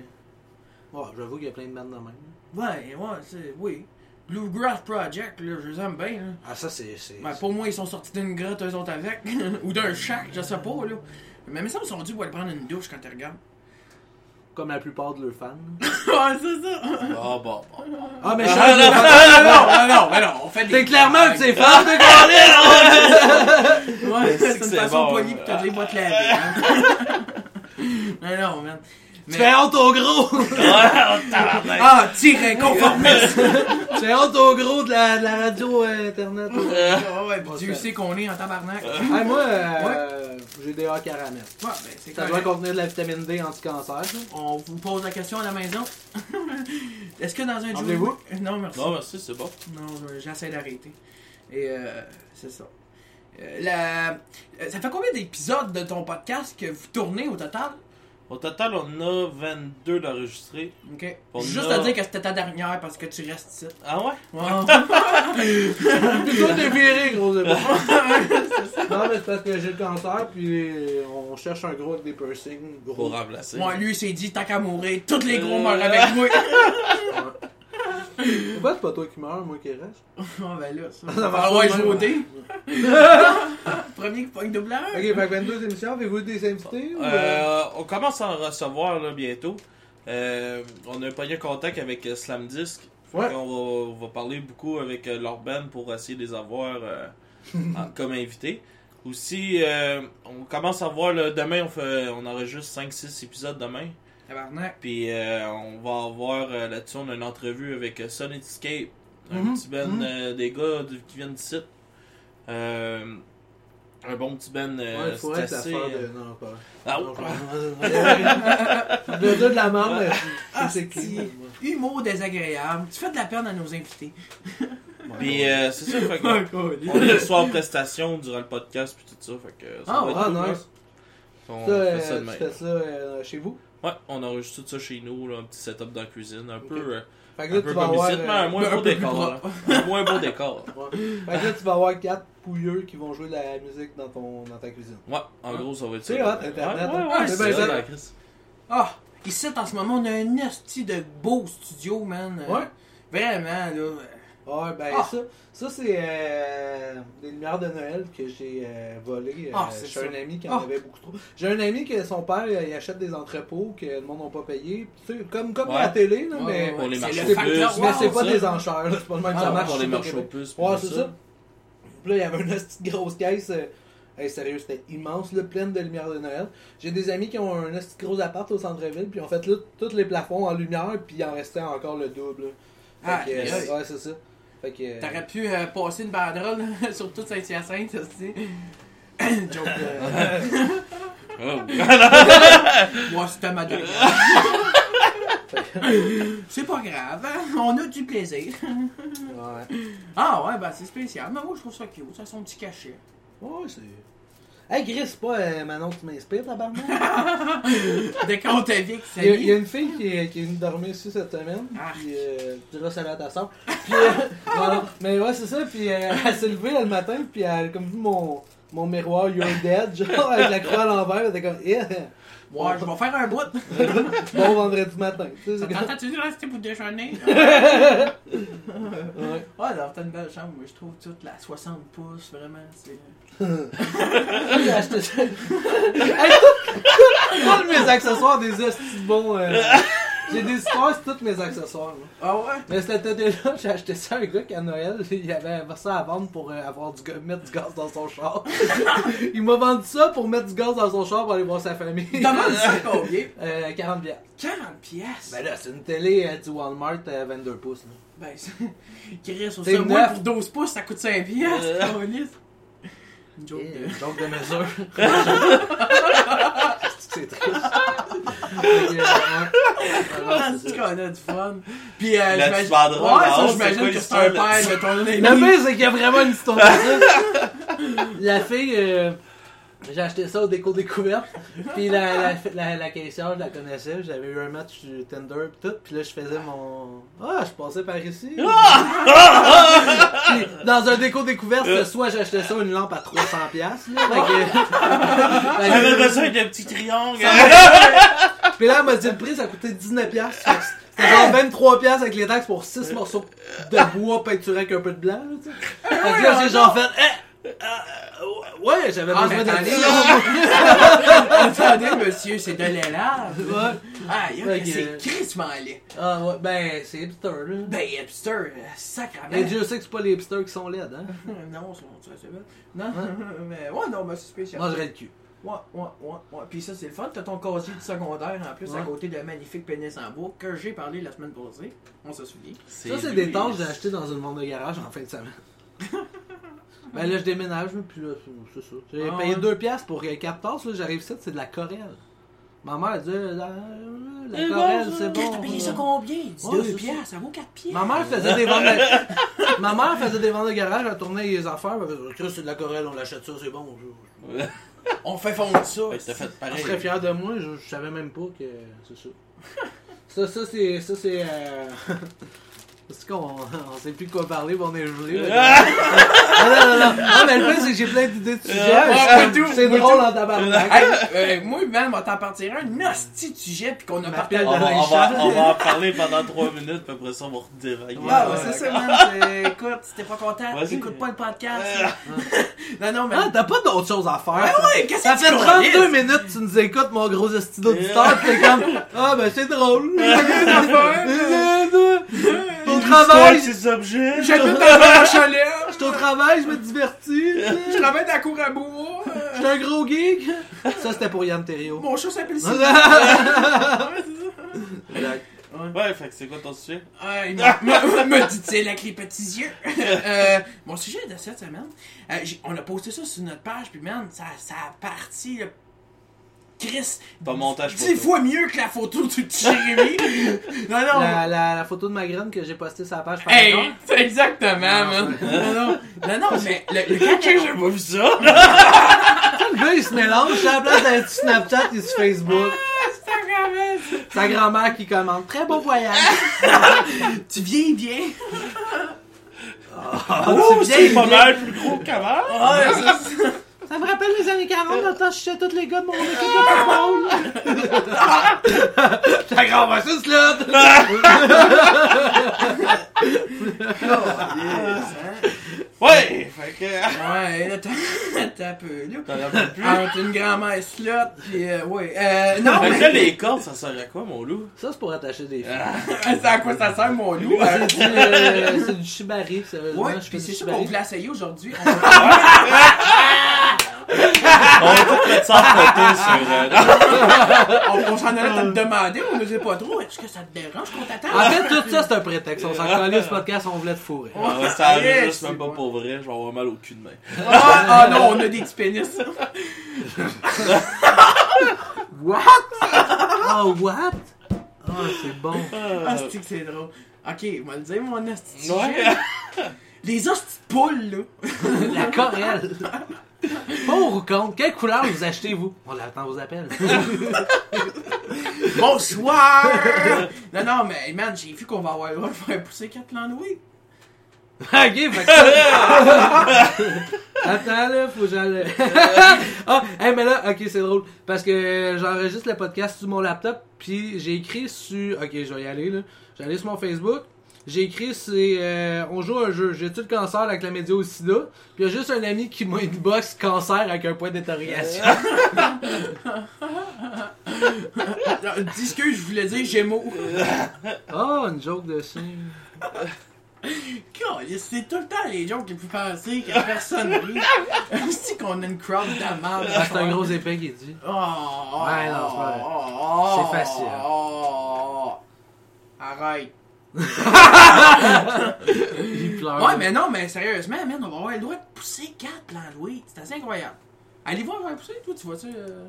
Ouais, j'avoue qu'il y a plein de bandes de même.
Ouais, ouais, c'est. Oui. Bluegrass Project, là, je les aime bien, là.
Ah, ça, c'est. c'est-
Ben, pour moi, ils sont sortis d'une grotte, eux autres avec. Ou d'un chac, je sais pas, là. Mais mes ils sont dû pour aller prendre une douche quand tu regardes.
Comme la plupart de leurs fans.
ouais, c'est ça.
Ah, bon, bon.
Ah, mais
Ah, non,
je
Ah, non, non, mais non, on fait des.
T'es clairement un de ces fans de Carlis!
Ouais,
c'est
c'est euh.
que
une
c'est
façon
bon,
polie
hein.
pour toutes les boîtes lavées. Hein. non, non, man.
Tu fais honte au gros!
Ah, oh, tabarnak.
Ah, tire inconformiste!
tu fais honte au gros de la, de la radio euh, internet.
Euh,
Ah ouais, puis Dieu sait qu'on est en tabarnak. Ouais,
Ah, moi, euh, j'ai des A caramel.
ben, c'est
Ça doit
correct.
contenir de la vitamine D anti-cancer. ça.
On vous pose la question à la maison. Est-ce que dans un jeu.
Enlevez-vous?
Non, merci.
Non, merci, c'est bon.
Non, je- j'essaie d'arrêter. Et euh, c'est ça. Euh, la... euh, Ça fait combien d'épisodes de ton podcast que vous tournez au total?
Au total, on a 22 d'enregistrés.
Ok.
On
Juste
a-
à dire que c'était ta dernière parce que tu restes ici.
Ah ouais?
Wow.
Plutôt des virés, gros débat. Non, mais c'est parce que j'ai le cancer, puis on cherche un gros avec des piercings.
Pour
Gros.
remplacer.
Moi, lui, il s'est dit, tant qu'à mourir, toutes les gros
Euh.
meurent avec moi.
Pourquoi c'est pas toi qui meurs, moi qui reste?
Ah, ben là, ça.
Ça marche
Ah ouais,
pas de
je
même.
au dé. Premier qui pogne de blanc.
Ok, fait que 22 émissions, avez-vous des invités? ou, euh,
Euh, on commence à en recevoir là, bientôt. Euh, on a un premier contact avec euh, Slam Disc. Fait
Ouais.
qu'on va, on va parler beaucoup avec euh, leur band pour essayer de les avoir euh, en- comme invités. Aussi, euh, on commence à voir là, demain, on, fait, on enregistre 5-6 épisodes demain.
Tabarnak.
Puis euh, on va avoir euh, là-dessus, on a une entrevue avec euh, Sonetscape, un
Mhm,
petit band
mhm.
euh, des gars de- qui viennent d'ici. Euh, un bon petit band. euh,
Ouais, il faut
c'est
être
assez,
l'affaire de.
euh,
Non, pas.
ah,
Non,
ouais.
pas- Le gars de la mort, mais
Ah,
je- je sais qui.
Asti. Humour désagréable. Tu fais de la peine à nos invités.
Puis euh, c'est ça, fait que, on
Ah,
est soir en prestation durant le podcast puis tout ça, fait que ça
Ah,
va être
ouais,
cool,
nice.
hein. On
Ça, euh,
fait ça
tu
demain.
fais ça euh, chez vous?
Ouais, on enregistre tout ça chez nous, là, un petit setup dans la cuisine, un
Ok.
peu, euh,
Fait que
un
là,
peu
tu vas
comme
avoir.
ici, mais un
euh,
moins
un
beau
peu plus
décor.
propre.
hein. Un moins beau décor.
ouais. Fait que là, tu vas avoir 4 pouilleux qui vont jouer de la musique dans, ton, dans ta cuisine.
Ouais, en gros, ça va être ça.
Ah. C'est hot, Internet,
Ouais, ouais,
hein.
ouais,
Ah,
c'est
c'est
ça,
bien ça.
la crise.
Ah, ici, en ce moment, on a un esti de beau studio, man. Euh,
Ouais.
Vraiment, là.
Ouais, ben
Ah.
ça, ça c'est euh, des lumières de Noël que j'ai euh, volées euh,
Ah, c'est
chez un
ça.
ami qui en
Ah.
avait beaucoup trop. J'ai un ami que son père euh, il achète des entrepôts que le monde n'a pas payé. Tu sais, comme, comme
Ouais.
à la télé, là,
Ouais,
mais,
ouais,
Pour les
C'est
marchés
le
aux
facteur
puces,
wow,
mais c'est pas
ça.
des enchères. là, C'est pas le même
Ah,
ça
ouais,
marche.
Pour les
au
marchés aux
Québec.
puces.
Ouais,
pour
c'est ça. Puis là, il y avait une petite grosse caisse. euh, hey, sérieux, c'était immense, là, pleine de lumière de Noël. J'ai des amis qui ont un petit gros appart au centre-ville, puis ils ont fait là, tous les plafonds en lumière, puis il en restait encore le double. là. Fait
Ah,
que, euh,
yes.
ouais, c'est ça. Fait que, euh,
T'aurais pu euh, passer une banderole sur toute Saint-Hyacinthe, aussi. Joke. euh,
Oh,
Moi, c'était ma dernière. c'est pas grave, hein. on a du plaisir.
ouais.
Ah ouais, ben c'est spécial. Mais moi, je trouve ça cute, ça son petit cachet.
Ouais, c'est. Hey Chris, c'est pas euh, Manon qui m'inspire, ta
Dès qu'on t'a vu que
Il y, a,
c'est
il y a une fille qui est, qui est venue dormir ici cette semaine.
Ah.
Puis, euh, tu diras salut à ta soeur. Puis, euh, non, non, mais ouais, c'est ça. Puis, euh, elle s'est levée là, le matin, puis elle a comme vu mon, mon miroir, you're dead, genre, avec la croix à l'envers, t'es comme, yeah.
Ouais, je vais faire un bout.
bon vendredi matin. Tu sais, c'est comme-
T'entends-tu rester pour déjeuner?
Ouais.
Ouais, alors t'as une belle chambre, moi, je trouve toute la 60 pouces, vraiment. C'est...
J'ai acheté ça. Hey, tout- tout- tous mes accessoires, des hosties de bons. euh, J'ai des histoires sur tous mes accessoires. là.
Ah ouais?
Mais cette année-là, j'ai acheté ça à un gars qui, à Noël, il avait ça à vendre pour euh, avoir du, ga- mettre du gaz dans son char. il m'a vendu ça pour mettre du gaz dans son char pour aller voir sa famille.
Demande ça combien?
Euh, 40 bières.
40 pièces!
Ben là, c'est une télé euh, du Walmart euh, 22 pouces. là.
Ben, ça... Chris, au
C'est
Subway,
neuf.
pour 12 pouces, ça coûte 5
Euh.
pièces, câlisse. Une joke
Et,
de...
euh, joke de mesure. c'est triste.
Ah, c'est qu'on a du fun. Puis, euh,
Là, tu
j'imagine-
vendras,
Ouais, ça,
Laurence, c'est
j'imagine
quoi
que c'est un
l'histoire
père
là-dessus?
de ton ami.
Le pire, c'est qu'il y a vraiment une histoire comme ça. La fille, euh, j'ai acheté ça au déco découverte. Puis la, la, la, la caissière, je la connaissais. J'avais eu un match sur Tinder pis tout. Puis là, je faisais mon. Ah, je passais par ici. Puis, dans un déco découverte, c'était soit j'achetais ça une lampe à 300$. piastres, Là, fait que- fait que-
J'avais besoin d'un petit triangle.
Puis là, elle m'a dit le prix, ça coûtait 19$. piastres. Fait que C'était genre 23$ piastres avec les taxes pour 6 morceaux de bois peinturés avec un peu de blanc. Là, tu sais. fait que là, j'ai genre fait. Eh, euh, ouais, j'avais
Ah,
besoin
mais
de
attendez,
ça.
Attendez, monsieur, c'est de l'élave.
Ouais.
Ah, y'a
Fait que-
c'est crissement laid.
Ah, ouais, ben, c'est hipster, là.
Ben, hipster, euh, sacrément.
Et Dieu sait que c'est pas les hipsters qui sont laides, hein.
Non, c'est bon, ça, c'est bon. Non, mais ouais, non, mais c'est spécial.
Mangerais le cul.
Ouais, ouais, ouais, ouais. Puis ça, c'est le fun. T'as ton casier du secondaire en plus à
Ouais.
côté de magnifique pénis en bois que j'ai parlé la semaine passée. On se souvient.
Ça, c'est des tâches que j'ai achetées dans une vente de garage en fin de semaine. ben là, je déménage, mais puis là, c'est c'est ça. J'ai
Ah,
payé
ouais.
2 piastres pour euh, 4 tasses, là, j'arrive ici, c'est de la Corelle. Ma mère, elle dit, euh, la, la
C'est bon,
Corelle,
ça.
c'est
Chris,
bon.
t'as payé
ouais.
euh, ça combien?
Ouais,
2
c'est
piastres, ça vaut 4 piastres.
Ma mère faisait des ventes de... Ma mère faisait des ventes de garage, elle tournait les affaires, elle faisait, Chris, c'est de la Corelle, on l'achète ça, c'est bon. Je-
On fait fondre ça.
Fait que t'as fait
Elle
pareil.
serait fière de moi, je, je savais même pas que c'est ça. Ça, ça, c'est... Ça, c'est... euh, C'est qu'on on sait plus de quoi parler, mais on est gelé. là. Non, Ah, non, non, non. Non, mais le plus, c'est que j'ai plein d'idées de sujets.
Ouais,
Je suis
ouais,
comme,
tout,
C'est
ouais,
drôle
tout.
en tabarnak.
Hey, euh, moi, man, on t'en partira un nasty de sujet puis qu'on a
Ma
partagé.
pelle.
On va,
dans les
on, va,
champs.
on va en parler pendant 3 minutes, puis après ça, on va redérailler.
Ah,
Ouais,
ouais,
ouais,
c'est ça, man. C'est- Écoute, si t'es pas content,
Vas-y.
écoute pas le podcast. Ah. non, non, mais.
Ah, t'as pas d'autre chose à faire.
Ah
ça.
ouais, qu'est-ce
Ça
que
fait
tu
32 minutes tu nous écoutes, mon gros esti d'auditeur, pis t'es comme, ah ben c'est drôle. Au travail, je
ces objets.
J'habite dans un chalet,
suis au travail, je me divertis.
je travaille dans la cour à bois,
Je
euh,
suis un gros geek. Ça, c'était pour Yann Terrio.
mon chat s'appelle Sylvie.
Exact.
Ouais, fait que c'est quoi ton sujet?
Ah, il m'a- me me dit-il avec les petits yeux. Euh, mon sujet de cette semaine, euh, j'ai- on a posté ça sur notre page, puis man, ça, ça a parti. là. Chris,
Ton montage
dix
photo.
fois mieux que la photo de Jérémy. non, non.
La, la, la photo de ma graine que j'ai postée sur la page par
Hey,
erreur.
c'est exactement, man. Non, non, non, non, mais le, le caca-
j'ai pas vu ça!
Le gars, il se mélange. Sur la place d'être sur Snapchat et sur Facebook. Sa grand-mère qui commente. Très bon voyage.
Tu viens bien.
Oh,
tu
c'est
viens,
pas
viens.
mal plus gros qu'avant!
Ah, c'est ça.
Ça me rappelle les années 40,
Euh.
dans le temps, je chez tous les gars de mon équipe de football. Ta grand-mère, c'est une slot!
Oh, Ouais! Fait que.
Ah, hein. Ouais, attends, attends un peu. Là.
T'en rappelles plus?
Entre une grand-mère slot, pis euh, ouais. Euh, non,
Fait que là,
mais
les cordes, ça sert à quoi, mon loup?
Ça, c'est pour attacher des fils.
Ah. c'est à quoi ça sert mon loup? hein?
C'est du, euh, c'est du shibari, sérieusement.
Ouais,
je fais
pis
du
c'est ça qu'on
shibari.
voulait essayer aujourd'hui.
On va tout mettre ça en photo sur. euh,
On, on, on s'en allait à te le demander, on ne sait pas trop. Est-ce que ça te dérange qu'on
En
t'attende?
fait, tout ça, c'est un prétexte. On s'en collait ce podcast, on voulait te fourrer.
Ah ouais, ça arrive
Yes,
juste même pas
ouais.
pour vrai, je vais avoir mal au cul demain.
Ah, ah non, on a des petits pénis.
What? Oh, what? Oh, c'est bon.
Ah, c'est que c'est drôle. Ok, on va le dire, mon asti.
Ouais.
Les hosties de poules, là.
La Corelle. Pour ou contre? Quelle couleur vous achetez-vous? On attend vos appels.
Bonsoir! non, non, mais man, j'ai vu qu'on va avoir le droit de faire pousser quatre landouilles.
Ah, ok, fait que ça- Attends, là, faut que j'aille. ah, hey, mais là, ok, c'est drôle. Parce que j'enregistre le podcast sur mon laptop, puis j'ai écrit sur. Ok, je vais y aller, là. J'allais sur mon Facebook. J'ai écrit, c'est. euh, on joue à un jeu. J'ai tout le cancer avec la média au sida. Puis il y a juste un ami qui m'a inbox cancer avec un point d'interrogation.
Euh, Dis ce que je voulais dire, Gémeaux.
oh, une joke de chien.
Caliste, C'est tout le temps les gens qui plus penser que personne rit. C'est qu'on a une crowd d'amants.
Ah, c'est un gros épais qui dit.
Oh, oh,
Ouais, non, c'est pas vrai.
oh,
C'est facile.
oh. Arrête.
Il pleure.
Ouais, mais non, mais sérieusement, man, on va avoir le droit de pousser 4 plans Louis. C'est assez incroyable. Allez voir, faire pousser, toi, tu vas-tu. euh,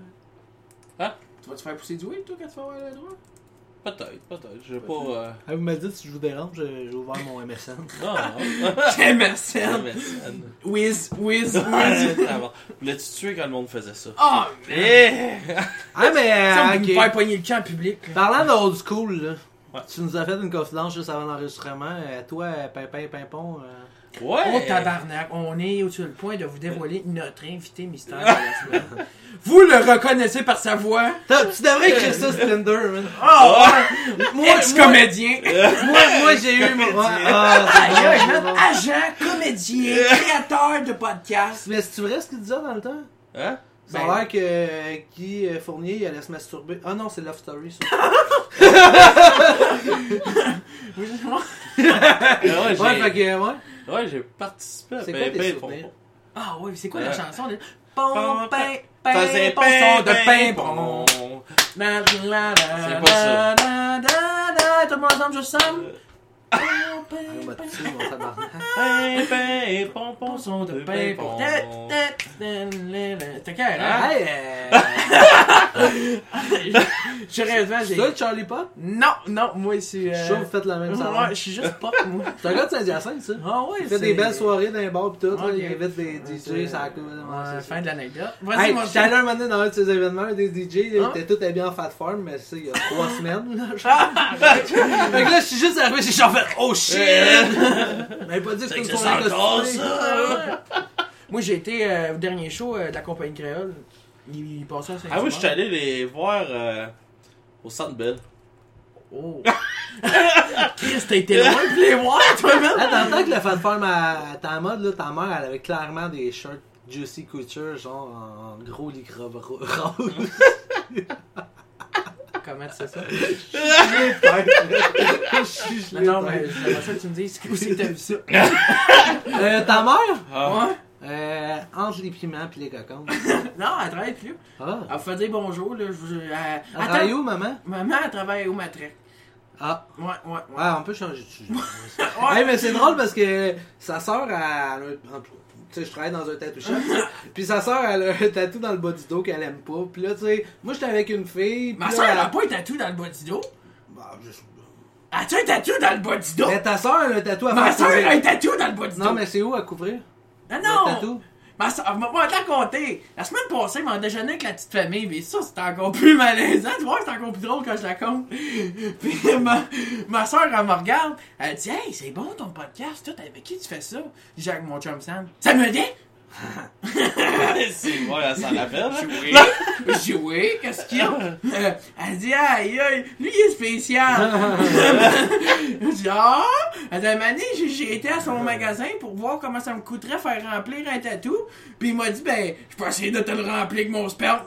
Hein?
Tu vas-tu faire pousser du weed, toi, quand tu vas avoir le droit?
Peut-être, peut-être. J'ai pas. euh,
Ah, vous me dites si je vous dérange, j'ai j'ai ouvert mon MSN.
Non, non. Ah,
MSN.
mais c'est-
Wiz, whiz, whiz.
Ah, avant. Voulais-tu tuer quand le monde faisait ça?
Oh, man.
Eh!
Ah, mais.
Ça, on
euh,
peut
ok.
me faire poigner le camp en public.
Parlant d'old school, là,
Ouais.
tu nous as fait une confidence juste avant l'enregistrement. Euh, toi, euh, Pimpin Pimpon, euh,
Ouais!
Oh tabarnak, on est sur le point de vous dévoiler notre invité mystère de la semaine. Vous le reconnaissez par sa voix.
t'as- tu devrais écrire ça sur Tinder, man.
Ah,
Ah,
Oh,
Moi, moi,
comédien
moi, moi, j'ai eu mon. ouais, ah, c'est bon, c'est bon.
agent, comédien, créateur de podcast.
Mais c'est vrai ce qu'il disait dans le temps?
Hein?
Ça
Ben.
a l'air que euh, Guy euh, Fournier, il allait se masturber. Ah non, c'est Love Story, ça. ouais,
Ah ouais, j'ai-
fait que, ouais.
ouais, j'ai participé à
C'est
Ben
quoi tes
Ben
souvenirs?
Pompon.
Ah oui, c'est quoi la
Ouais.
chanson de
Pom,
Pom pain pain
Faisait
pom
Ben
son de pain
Ben
bon.
Pompon.
Na, na, na,
C'est pas ça.
na, na, na, na. Tout le monde ensemble, je somme. Pom, pain,
Ah, il m'a
pain,
tué, mon tabarnak.
Ben Ben Pompon
Ponson
sont
de
de
pain
Ben
pour.
Pompon.
T'as qu'à hein?
Hey, euh,
Je rêve, j'ai.
c'est toi le Charlie Pop?
Non, non, moi c'est.
Je
Euh...
suis sûr que vous faites la même
ouais, je
chose.
suis juste pas moi.
C'est un gars de Saint-Hyacinthe, ça.
Ah ouais,
Il fait des belles soirées dans les bars pis tout, là,
Ok.
il invite des
Ouais,
DJ, ça cool.
Ouais,
Ouais, c'est
fin
ça.
de l'anecdote. Vas-y,
Hey,
mon
j'étais allé un moment donné dans un de ces événements, des DJ,
Hein?
là, ils étaient tous habillés en fat form, mais c'est il y a trois semaines. Là,
Ah!
fait que là, je suis juste arrivé, j'ai genre fait « Oh shit! » J'avais pas dit que c'était
C'est que
une
ça
soirée
sent gros,
costumée.
chien. Moi, j'ai été euh, au dernier show euh, de la compagnie créole. Il, il passait à saint
Ah oui, je suis allé les voir euh, au Centre Bell.
Oh. Chris, t'as été loin de les voir, toi, même.
Hey, Ah, dans le temps que le fat form à, à ta mode, là, ta mère, elle avait clairement des shirts Juicy Couture, genre en gros lycra ro- rose.
Comment c'est ça?
Je suis gelé,
Non, non, mais
tête.
j'aimerais ça que tu me dises où c'est que t'as vu ça.
Euh, ta mère?
Ah,
Ouais.
Euh, entre les piments pis les cocons.
Non, elle travaille plus.
Ah.
Elle me fait dire bonjour, là. Je, je- elle-
Elle
Attends,
travaille où, maman?
Maman, elle travaille au Matraque.
Ah,
Ouais, ouais, ouais.
ouais, on peut changer de sujet. Hey, mais c'est drôle parce que sa soeur, elle, a un- tu sais, je travaille dans un tattoo shop, puis sa soeur, elle a un tatou dans le bas du dos qu'elle aime pas. Puis là, tu sais, moi, j'étais avec une fille.
Ma
puis
soeur,
là,
elle a pas un tatou dans le bas du dos.
Bah, je sais pas.
As-tu un tatou dans le bas du dos?
Mais ta soeur, elle a un tatou à
Ma
faire
soeur a un
couvrir.
tatou dans le bas du dos.
Non, mais c'est où à couvrir?
Ah
Le
non!
tatou?
Ma soeur, moi, on t'a compté. La semaine passée, on déjeuné avec la petite famille, mais ça, c'était encore plus malaisant. Tu vois, c'est encore plus drôle quand je la compte. Puis ma, ma soeur, elle me regarde. Elle dit, hey, c'est bon ton podcast. Toi, t'es avec qui tu fais ça? J'ai avec mon chum Sam. Ça me dit?
c'est moi, elle s'en rappelle. hein?
Oui. J'ai oui, qu'est-ce qu'il y a? Euh, elle dit, aïe, aïe, lui, il est spécial. Je dis, ah! Elle dit, Mané, j'ai- j'ai été à son magasin pour voir comment ça me coûterait faire remplir un tatou. Puis il m'a dit, ben, je peux essayer de te le remplir avec mon sperme.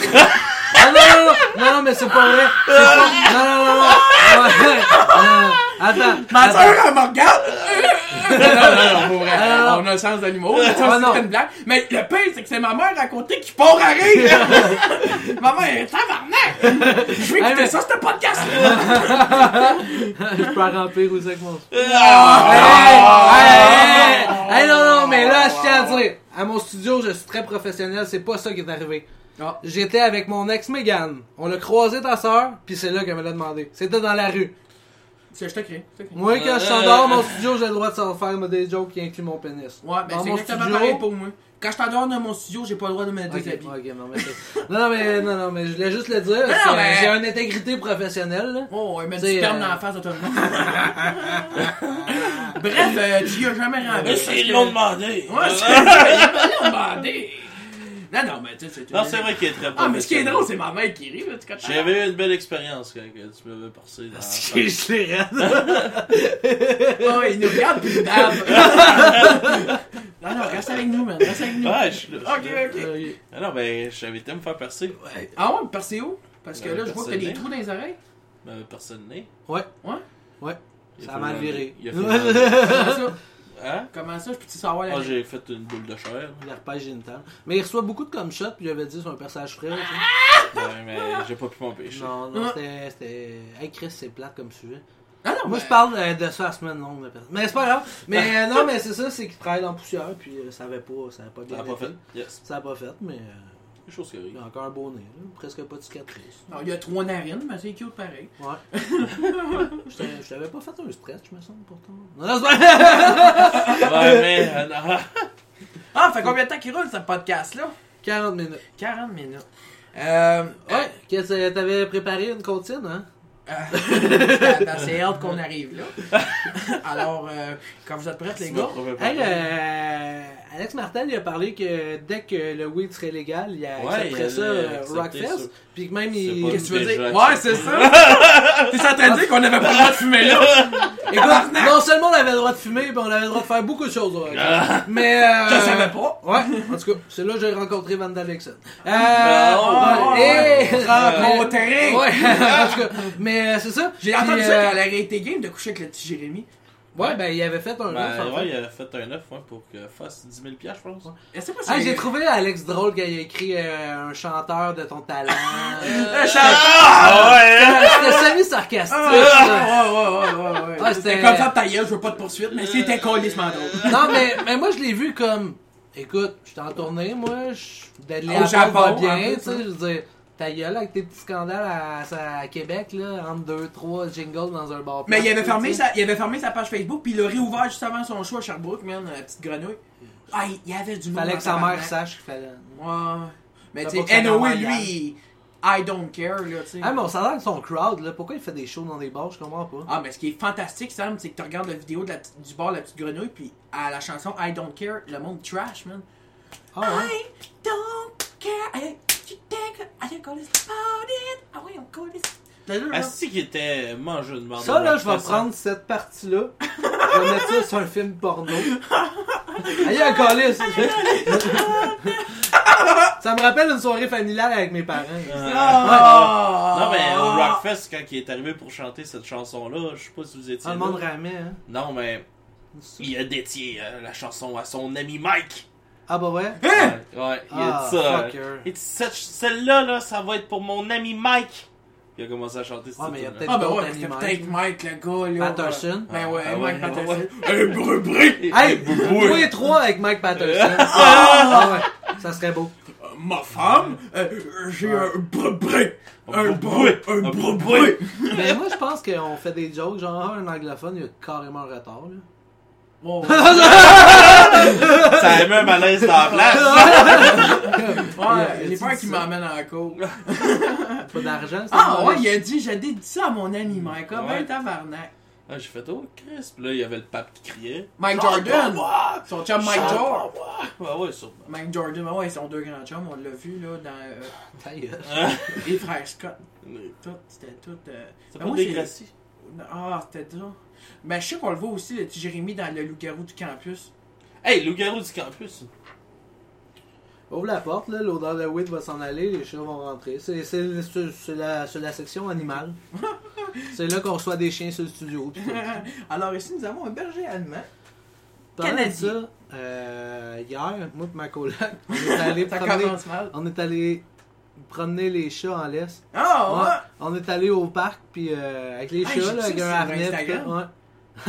Ah non, non, non, non, non, mais c'est pas vrai. C'est pas- Non, non, non, non. Ouais. Euh, attends.
Ma
attends.
soeur, elle me regarde. non, non, non, pour vrai.
Ah, non.
On a le sens d'animaux. Le sens,
Ah, non.
c'est une blague. Mais le pire, c'est que c'est ma mère à côté qui part à rire. Maman, elle est tabarnak. Je vais
Ah,
écouter
mais-
ça, ce podcast.
je peux en remplir aussi avec mon
Ah!
Hey, hey, hey,
Ah!
hey, hey, non, non, mais là, je tiens à dire, à mon studio, je suis très professionnel, c'est pas ça qui est arrivé.
Ah.
J'étais avec mon ex Megan, on l'a croisé ta soeur, puis c'est là qu'elle me l'a demandé. C'était dans la rue.
C'est- Je te crée, je te crée.
Moi, quand je suis en dehors de mon studio, j'ai le droit de s'en faire moi, des jokes qui incluent mon pénis.
euh, Ouais, ben
Dans
c'est
mon
exactement
studio,
pareil pour moi. Quand je suis en dehors de mon studio, j'ai pas le droit de me
Ok,
mettre des habits.
ok, non, mais c'est- non, non, mais, non, non, mais je voulais juste le dire. parce
non,
que
mais-
J'ai une intégrité professionnelle. là.
Oh, ouais, met du
C'est,
sperme
euh,
dans la face de tout le monde. Bref, euh, tu y as jamais rendu.
Ils
parce
l'ont
que-
demandé.
Ouais, c'est Ils m'ont demandé. Non, non, mais tu sais, c'est.
Non, c'est vrai qu'il est très
Ah, mais ce qui est drôle, c'est ma mère qui rit, là, tu comprends?
J'avais eu une belle expérience quand que tu m'avais passé
Ah,
dans la face.
Je l'ai raide.
Oh, il nous regarde pis il dave. Non, non, reste avec nous, man. Reste avec nous.
Ouais, je suis là, je
Ok,
suis là.
ok.
Euh,
Ah Non, ben, j'avais été me faire percer.
Ah ouais, percé où? Parce que
Euh,
là, je vois que t'as des
percé.
trous dans les oreilles.
M'avait percé le nez.
Ouais,
Ouais?
Il
ça
fait
a mal
mal.
viré.
Il a fait mal.
Comment ça?
Hein?
Comment ça? Je peux-tu savoir la
Ah, j'ai fait une boule de chair.
Il repêche génital. Mais il reçoit beaucoup de comme shot, puis j'avais dit c'est un personnage frère. tu sais.
Ouais, mais j'ai pas pu m'empêcher.
Non, non,
Ah.
c'était. c'était- Hey Chris, c'est plate comme sujet.
Ah non,
Moi,
mais-
je parle euh, de ça la semaine longue. mais- Mais c'est pas grave. Mais euh, non, mais c'est ça, c'est qu'il travaille en poussière, puis euh, ça avait pas, ça avait pas
Ça
bien
l'a pas
été.
fait. Yes.
Ça a pas fait, mais euh,
Des choses qui
il
arrivent.
a encore un beau nez, là. presque pas de cicatrice.
Non, il y a trois narines, mais c'est cute pareil.
Ouais. je t'avais- je t'avais pas fait un stress, je me sens pourtant. Non, non, c'est pas.
Ouais, mais. euh, non.
Ah, fait combien de temps qu'il roule ce podcast-là?
40 minutes.
40 minutes. Euh.
Ouais, qu'est-ce que t'avais préparé une comptine, hein?
euh, ah, ben, c'est hâte qu'on arrive là. Alors, euh, quand vous êtes prêts, les
Tu
gars.
m'as trouvé pas
Hey,
bon.
euh, Alex Martin, il a parlé que dès que le weed serait légal, il
Ouais,
accepterait
il
ça
allait
euh,
accepter
Rockfest.
ça.
Puis que même
C'est
il.
pas
Qu'est-ce que tu veux
Déjà
dire? Ouais,
accepté.
c'est ça! T'es en train de dire qu'on n'avait pas le droit de fumer là?
Écoute, non seulement on avait le droit de fumer, puis on avait le droit de faire beaucoup de choses. ouais.
Ah,
Mais. Euh,
Je savais pas!
Ouais, en tout cas, c'est là que j'ai rencontré Van Dalexion. Euh,
Ah,
ouais,
ouais.
et rencontré.
Rencontré!
Euh, Ouais, en tout cas, mais euh, c'est ça.
Ah, J'ai
Puis,
entendu
euh,
ça qu'elle aurait été game de coucher avec le petit Jérémy.
Ouais, ben il avait fait un. œuf, en
Ben,
fait.
ouais, il a fait un œuf ouais, pour que fasse 10 000 piastres, je pense.
Je sais pas si
Ah, j'ai trouvé Alex drôle quand il a écrit euh, un chanteur de ton talent. Euh,
Ah, ça-
Ah, ouais!
C'était semi-sarcastique.
Ah, ouais, ouais,
ça.
ouais, ouais, ouais.
Ouais,
C'était
Ah, c'était- Euh,
comme ça, ta gueule, je veux pas de poursuite, mais c'était colissement drôle.
Non, mais, mais moi, je l'ai vu comme. Écoute, je suis en tournée, moi, je d'aller
Au
à Japon,
Japon,
va
en
bien,
plus,
tu sais,
hein.
je veux dire. Ta gueule avec tes petits scandales à, à- à Québec, là, entre deux, trois jingles dans un bar.
Mais il avait,
partout,
fermé
tu sais.
sa, il avait fermé sa page Facebook, puis il l'a réouvert juste avant son show à Sherbrooke, man, la petite grenouille. Ah, il il y avait du monde.
Fallait
dans
que sa
tabarnak.
mère sache qu'il fallait.
Ouais. Mais
T'as
tu
pas que sa
sais, NOA,
grand-mère
lui, il- I don't care, là, tu sais.
Ah, mais on s'entend que son crowd, là, pourquoi il fait des shows dans des bars, je comprends pas.
Ah, mais ce qui est fantastique, Sam, c'est que tu regardes la vidéo de la petite- du bar La Petite Grenouille, puis à la chanson I don't care, le monde trash, man.
Ah, ouais.
I don't care. I you take it. I don't call this about it. I won't call this. T'as vu, là?
Ah, si qu'il était mangeux de merde.
Ça, là, je vais
Rockfest, hein?
prendre cette partie-là. Je vais mettre ça sur un film porno. Aïe, un colis! Ça me rappelle une soirée familiale avec mes parents.
hein.
Ah!
Non, mais au Rockfest, quand il est arrivé pour chanter cette chanson-là, je sais pas si vous étiez.
Ah, le
là.
monde ramait, hein.
Non, mais il a détié euh, la chanson à son ami Mike.
Ah, bah ouais.
Hein?
Ouais, ouais, il a
Ah,
dit ça.
fucker.
Il dit cette- celle-là, là, ça va être pour mon ami Mike. Il a commencé à chanter cette
Ouais, mais il y a
tune-là.
peut-être-
Ah, ben ouais,
D'autres
c'était
animaux.
peut-être Mike, le gars, là.
Patterson.
Ben ouais,
Ah,
Mike
ouais,
Patterson.
ouais.
Hey, brûle, brûle.
Hey, tous les trois avec Mike Patterson. Ah, ouais. Ça serait beau.
Euh, Ma femme, euh, j'ai un brûle, un brûle,
brûle,
un
un
brûle.
brûle.
Mais moi, je pense qu'on fait des jokes. Genre, ah, un anglophone, il a carrément un retard, là.
Ouais,
Ça a mis un malaise dans la place.
Ah, ouais,
Il a
j'ai
dit
peur qu'il
ça.
m'emmène en cours.
Pas d'argent, c'est
Ah ouais,
mauvais.
il a dit, j'ai dit ça à mon ami Mike, ah, ben
Ouais.
tabarnak.
Ah, j'ai fait, oh, Chris. Puis là, il y avait le pape qui criait. Ah,
Mike Jordan, son chum Mike Jordan.
Ouais, Ah, ouais, sûrement.
Mike Jordan, ben ouais, ils sont deux grands chums, on l'a vu là dans euh,
Ta gueule.
les frères Scott.
C'est
Tout, c'était tout. euh, ben,
pas
moi,
dégracié.
c'est- Ah, c'était ça. Mais je sais qu'on le voit aussi, le petit Jérémy dans le loup-garou du campus.
Hey, loup-garou du campus.
Ouvre la porte, là, l'odeur de weed va s'en aller, les chats vont rentrer. C'est c'est- c'est- c'est la, c'est la section animale. c'est là qu'on reçoit des chiens sur le studio. pis tout.
Alors ici, nous avons un berger allemand.
Parlant de
Canadien.
ça, euh, hier, moi et ma coloc, on est allé
Ça
promener,
commence mal.
on est allé promener les chats en laisse. Ouais.
Ah,
On est allé au parc, puis euh, avec les
Ah, j'ai
chats,
vu
là,
ça
avec
sur
un harnais. pis
Instagram.
tout,
ouais!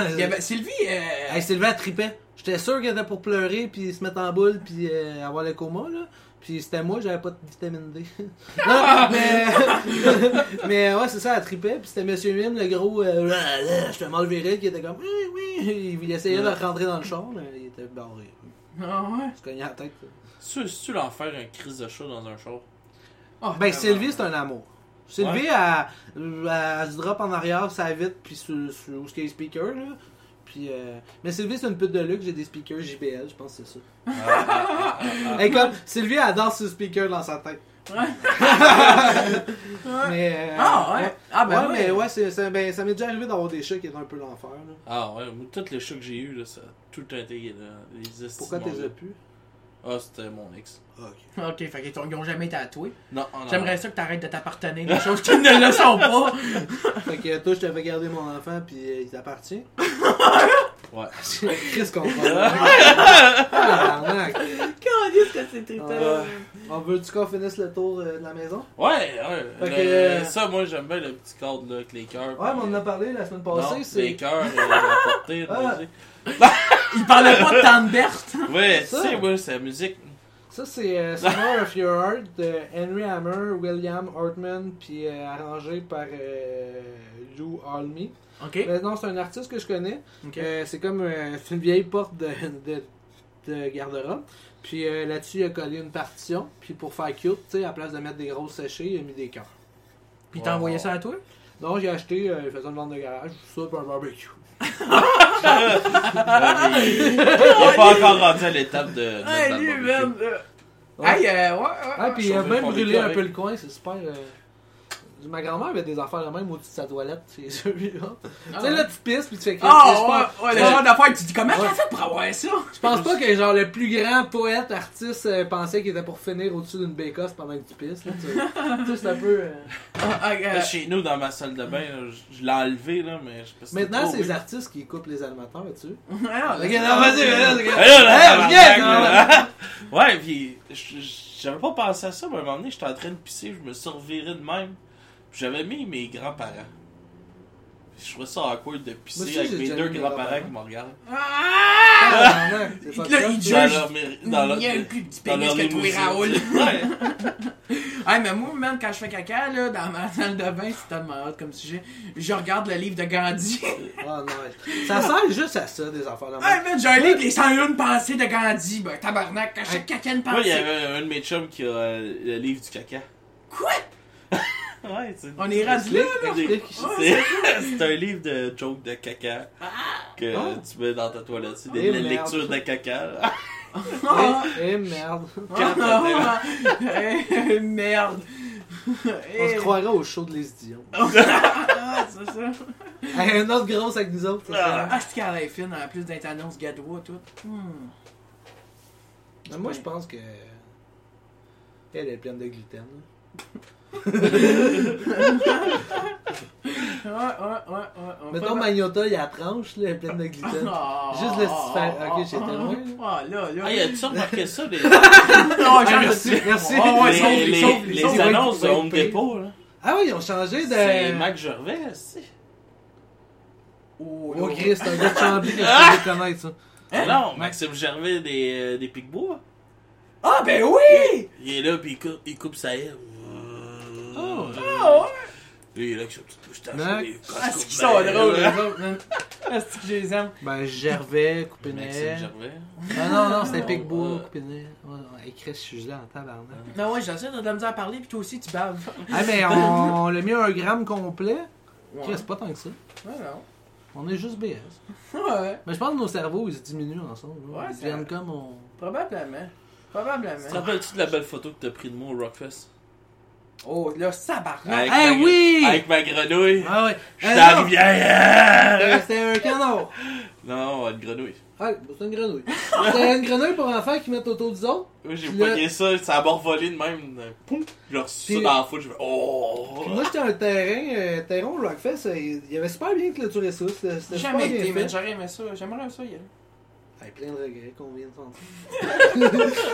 ouais.
Il y avait- Sylvie, euh,
Hey, Sylvain elle tripait. J'étais sûr qu'elle était pour pleurer, puis se mettre en boule, puis euh, avoir le coma, là. Puis c'était moi, j'avais pas de vitamine D. non, mais... mais ouais, c'est ça, elle tripait. Puis c'était Monsieur Mime, le gros... Euh, je te mal viril, qui était comme... Oui, oui. Il essayait de rentrer dans le char, mais il était barré.
ah ouais.
Il se cognait la tête. ça.
C'est tu l'enfer un crise de chat dans un show?
Ah,
Ben,
vraiment.
Sylvie, c'est un amour. Sylvie, elle, elle se drop en arrière, ça vite, puis sur, sur où est-ce qu'il y a les speakers, là. Puis, euh, Mais Sylvie, c'est une pute de luxe, j'ai des speakers JBL, je pense que c'est ça.
Ah, ah, ah, ah.
Et comme, Sylvie, elle danse sur le speaker dans sa tête. Mais, euh,
Ah, ouais. Ah, ben
ouais,
oui.
mais ouais, c'est, c'est- ben, ça m'est déjà arrivé d'avoir des chats qui étaient un peu l'enfer. Là.
Ah ouais, moi, tous les chats que j'ai eu là, ça a tout intégré là. Les estis
Pourquoi
de
t'es
mauvais.
as pu
Ah, c'était mon ex.
Ok, fait qu'ils t'ont- ils ont jamais tatoué.
Non, ah, non.
J'aimerais ça que t'arrêtes de t'appartenir des choses qui ne le sont pas.
Fait que toi, je t'avais gardé mon enfant, puis euh, il t'appartient.
Ouais.
Chris qu'on
Quand est-ce que c'est hein? trippant?
Euh, On veut-tu qu'on finisse le tour euh, de la maison
Ouais, ouais.
Fait
Le-
que- euh,
Ça, moi, j'aime bien le petit cadre là, avec les cœurs.
Ouais, mais on en a
Non,
parlé la semaine passée.
les
c'est...
cœurs, euh, la portée, la
Ah.
musique.
Il parlait pas de Tante Berthe.
Ouais, tu
Ça.
sais, moi, c'est la musique.
Ça, c'est euh, Summer of Your Heart de Henry Hammer, William Hartman, puis euh, arrangé par euh, Lou Almy.
Ok.
Mais non, c'est un artiste que je connais.
Ok.
Euh, c'est comme euh, c'est une vieille porte de, de, de garde-robe. Puis euh, là-dessus, il a collé une partition. Puis pour faire cute, tu sais, à place de mettre des grosses séchées, il a mis des cœurs.
Puis t'as envoyé ça à toi?
Donc, j'ai acheté, euh, il faisait une vente de garage, tout ça, pour un barbecue.
Ah, mais Il n'est pas encore rendu à l'étape de. de
Ah,
notre
lui,
album.
man. euh,
Ouais.
Hey, euh, ouais, ouais.
Ah, puis il a
Chauffer
même
le
brûlé
barbecue
un peu
avec.
le coin, c'est super. euh, Ma grand-mère avait des affaires de même au-dessus de sa toilette, c'est celui-là. Tu sais, là, tu pisses, puis tu fais que.
Ah, ouais, ouais,
je,
le
pense,
genre d'affaire que tu dis comment
Ouais.
t'as fait pour avoir ça?
je pense pas que genre le plus grand poète, artiste, euh, pensait qu'il était pour finir au-dessus d'une bake-off pendant que tu pisses. Là, tu tu sais, c'est un peu. euh,
Ah, ah, euh,
Là, Chez nous, dans ma salle de bain, là, je- je l'ai enlevé, là, mais je sais pas si
Maintenant,
trop
c'est les
weird.
artistes qui coupent les animateurs, tu
ah,
Ok,
là,
non, vas-y, vas-y,
Ah, là, là,
Hey,
tabarnak,
viens,
là. Ouais, puis je- je- j'avais pas pensé à ça, mais à un moment donné, j'étais en train de pisser, je me survirais de même. Puis j'avais mis mes grands-parents. Puis Je trouvais ça awkward de pisser
Moi aussi,
avec
j'ai
mes
déjà
deux
mis mes
grands-parents
grands-parents.
qui me regardent.
Ah!
Là,
Là, il
Dans
juge.
leur mé- dans leur-
Il y a un plus petit
dans
pénis
leur
que toi,
limousine.
Raoul. Ah,
Ouais.
Hey, mais moi, man, quand je fais caca, là, dans ma salle de bain, c'est tellement hot comme sujet. Je regarde le livre de Gandhi.
Ah, non, ça sert juste à ça, des affaires de même.
hey, man, j'ai un livre, les 101 pensées de Gandhi. Ben, tabarnak, quand je fais caca, une
Moi, il y
pensée.
avait un de mes chums qui a euh, le livre du caca.
Quoi?
Ouais, c'est-
On est rendu là, là.
Explique.
C'est c'est un livre de jokes de caca que
Ah.
tu mets dans ta toilette. C'est
Eh,
des
merde.
lectures de caca. là.
Ah,
Eh eh, merde.
ah, ah, eh, Merde.
On
Eh.
se croirait au show de Les Dion.
Ah, c'est ça.
Hey, Un autre grosse avec nous autres. ça, c'est
Ah.
Ah, c'est qu'elle est fine, en plus d'être annonce Gadois, tout. Hmm.
Mais moi, je pense que. Elle est pleine de gluten. là.
Ouais, ouais, ouais, ouais. on
Mettons,
peut-
Magnota, il a la tranche, là, elle est pleine de gluten.
Ah,
Juste le
ah,
faire-
ah,
ok,
ah,
j'étais
ah,
loin,
Ah, là, là.
Ah, y a-tu remarqué ça? Les,
Non,
Ah,
j'en-
merci, merci.
Oh, ouais,
les-
sauve,
les-
sauve,
les
sauve.
annonces de
Ouais,
Home
ouais.
Depot, là.
Ah oui, ils ont changé de.
C'est Mac Gervais, c'est.
Oh,
Oh,
là.
Chris, c'est un gars de Chambly que je peux connaître, ça.
Non, Maxime Gervais des, euh, des Picbois.
Ah, ben oui!
Il est là, puis il coupe, il coupe sa haie.
Oh.
Ah, ouais.
Lui, il est là, avec sa petite moustache.
Mac.
lui, il casse
Ah,
coupe
c'est qu'ils
ma
sont
haie,
drôles,
hein?
là.
les autres, man. Ah, c'est que je les aime.
Ben, Gervais,
Maxime
Coupinet.
Gervais.
Ah non, non, c'était
Non,
Picbois,
euh,
Coupinet. Ouais, ouais, hey, Chris, je suis là en tabarnak.
Non, Oh, ouais, j'essaie de la misère à parler, puis toi aussi, tu baves.
Ah, mais on, on l'a mis un gramme complet.
Ouais.
Chris, pas tant que ça.
Ouais, non.
On est juste BS.
Ouais,
Mais je pense que nos cerveaux, ils se diminuent ensemble. là.
Ouais,
ils
ça-
deviennent comme on.
probablement.
Tu te
Probablement.
rappelles-tu de la belle photo que t'as pris de moi au Rockfest?
Oh, là, ça barre.
Avec
Eh
ma gre-
oui!
Avec ma grenouille.
Ah ouais.
J'étais
Euh,
à la
non,
rivière.
euh, C'était un canard.
hein? Non, une grenouille.
Ah, c'est une grenouille. C'était une grenouille pour enfants qui mettent autour du autres.
Moi, j'ai
Le-
pogné ça, ça a morvolé de même. Poum! J'ai reçu ça
Puis-
dans la foule, j'ai fait Oh!
Puis moi, j'étais à un terrain, euh, terrain au Rockfest. euh, Il y avait super bien clôturé ça. C'était c'était
J'ai
super bien
jamais été, man.
fait.
J'aurais aimé ça. J'aimerais ça, y aller.
Hey, plein de regrets qu'on vient de sentir.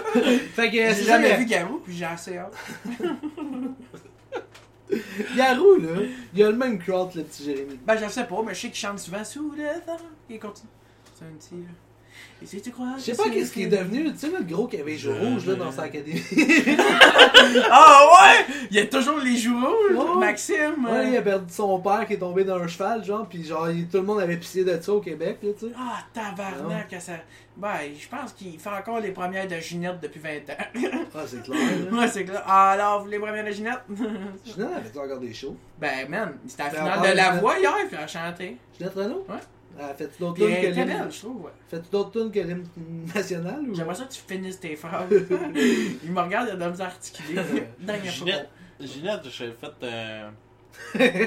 fait que euh,
J'ai
c'est
jamais
jamais...
vu Garou, puis j'ai assez hâte.
Garou, là, il a le même crowd, le petit Jérémy.
Ben, je sais pas, mais je sais qu'il chante souvent sous le vent. Il continue. C'est un petit, là. Et si tu crois.
Je sais pas qu'est-ce qui est devenu, tu sais, le gros qui avait les cheveux rouges, là, dans sa académie.
Ah ouais! Il Il y a toujours les joues rouges,
Ouais.
Maxime.
Ouais,
euh.
il a perdu son père qui est tombé d'un cheval, genre, puis genre, il- tout le monde avait pissé de ça au Québec, là, tu sais.
Ah, tabarnak, que ça. Ben, je pense qu'il fait encore les premières de Ginette depuis 20 ans.
Ah, c'est clair, là.
Moi, c'est clair. Ah, alors, les premières de Ginette
Ginette avait encore des shows.
Ben, man, c'était la
Ben,
finale
on
de
parle
la
de-
voix hier, puis elle a chanté.
Ginette Renault?
Ouais.
Elle a fait d'autres
Puis
tunes
elle
que
était belle,
l'hymne.
je trouve. ouais.
Fait d'autres tunes que l'hymne national ou.
J'aimerais ça que tu finisses tes phrases. il me regarde, il a de la misère à articuler. Dernière fois.
Ginette, Ginette, j'ai fait euh,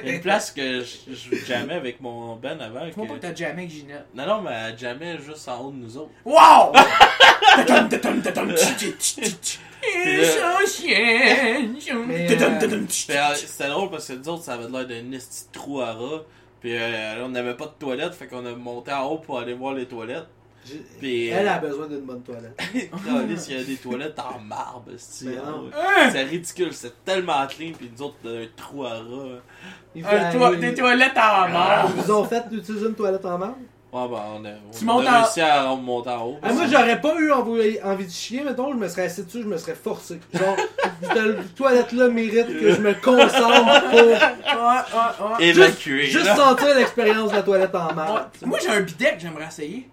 une place que je je jamais avec mon Ben avant.
Je comprends pas que
que-
t'as jamais avec Ginette.
Non, non, mais elle jamais juste en haut de nous autres.
Wow! Tadam, tadam, tadam, tchi, tchi, tchi, tchi, tchi. Et son chien, chou.
Mais,
Tadam,
euh,
tadam, tchi,
Puis,
tchi,
euh,
tchi.
C'était drôle parce que nous autres, ça avait l'air d'un esti de trou à rats. Puis euh, là, on n'avait pas de toilette, fait qu'on a monté en haut pour aller voir les toilettes.
J'ai-
Puis, euh,
Elle a besoin d'une bonne toilette.
Calisse, il y a des toilettes en marbre, esti,
Ben
en
non.
haut.
Hein?
C'est ridicule, c'est tellement clean, puis nous autres, on a un trou à rats.
Ils
Un Euh, toi-
ils-
Des toilettes en marbre.
ils vous ont fait utiliser une toilette en marbre?
Ouais, ben, on a,
Tu
on
montes
a
en-
réussi à monter en haut.
Ah, moi, j'aurais pas eu envie, envie de chier, mettons, je me serais assis dessus, je me serais forcé. Genre, cette toilette-là mérite que je me concentre pour
Ah, ah, ah.
Évacué.
juste
là.
sentir l'expérience de la toilette en
Ouais.
marbre.
Moi, j'ai un bidet que j'aimerais essayer.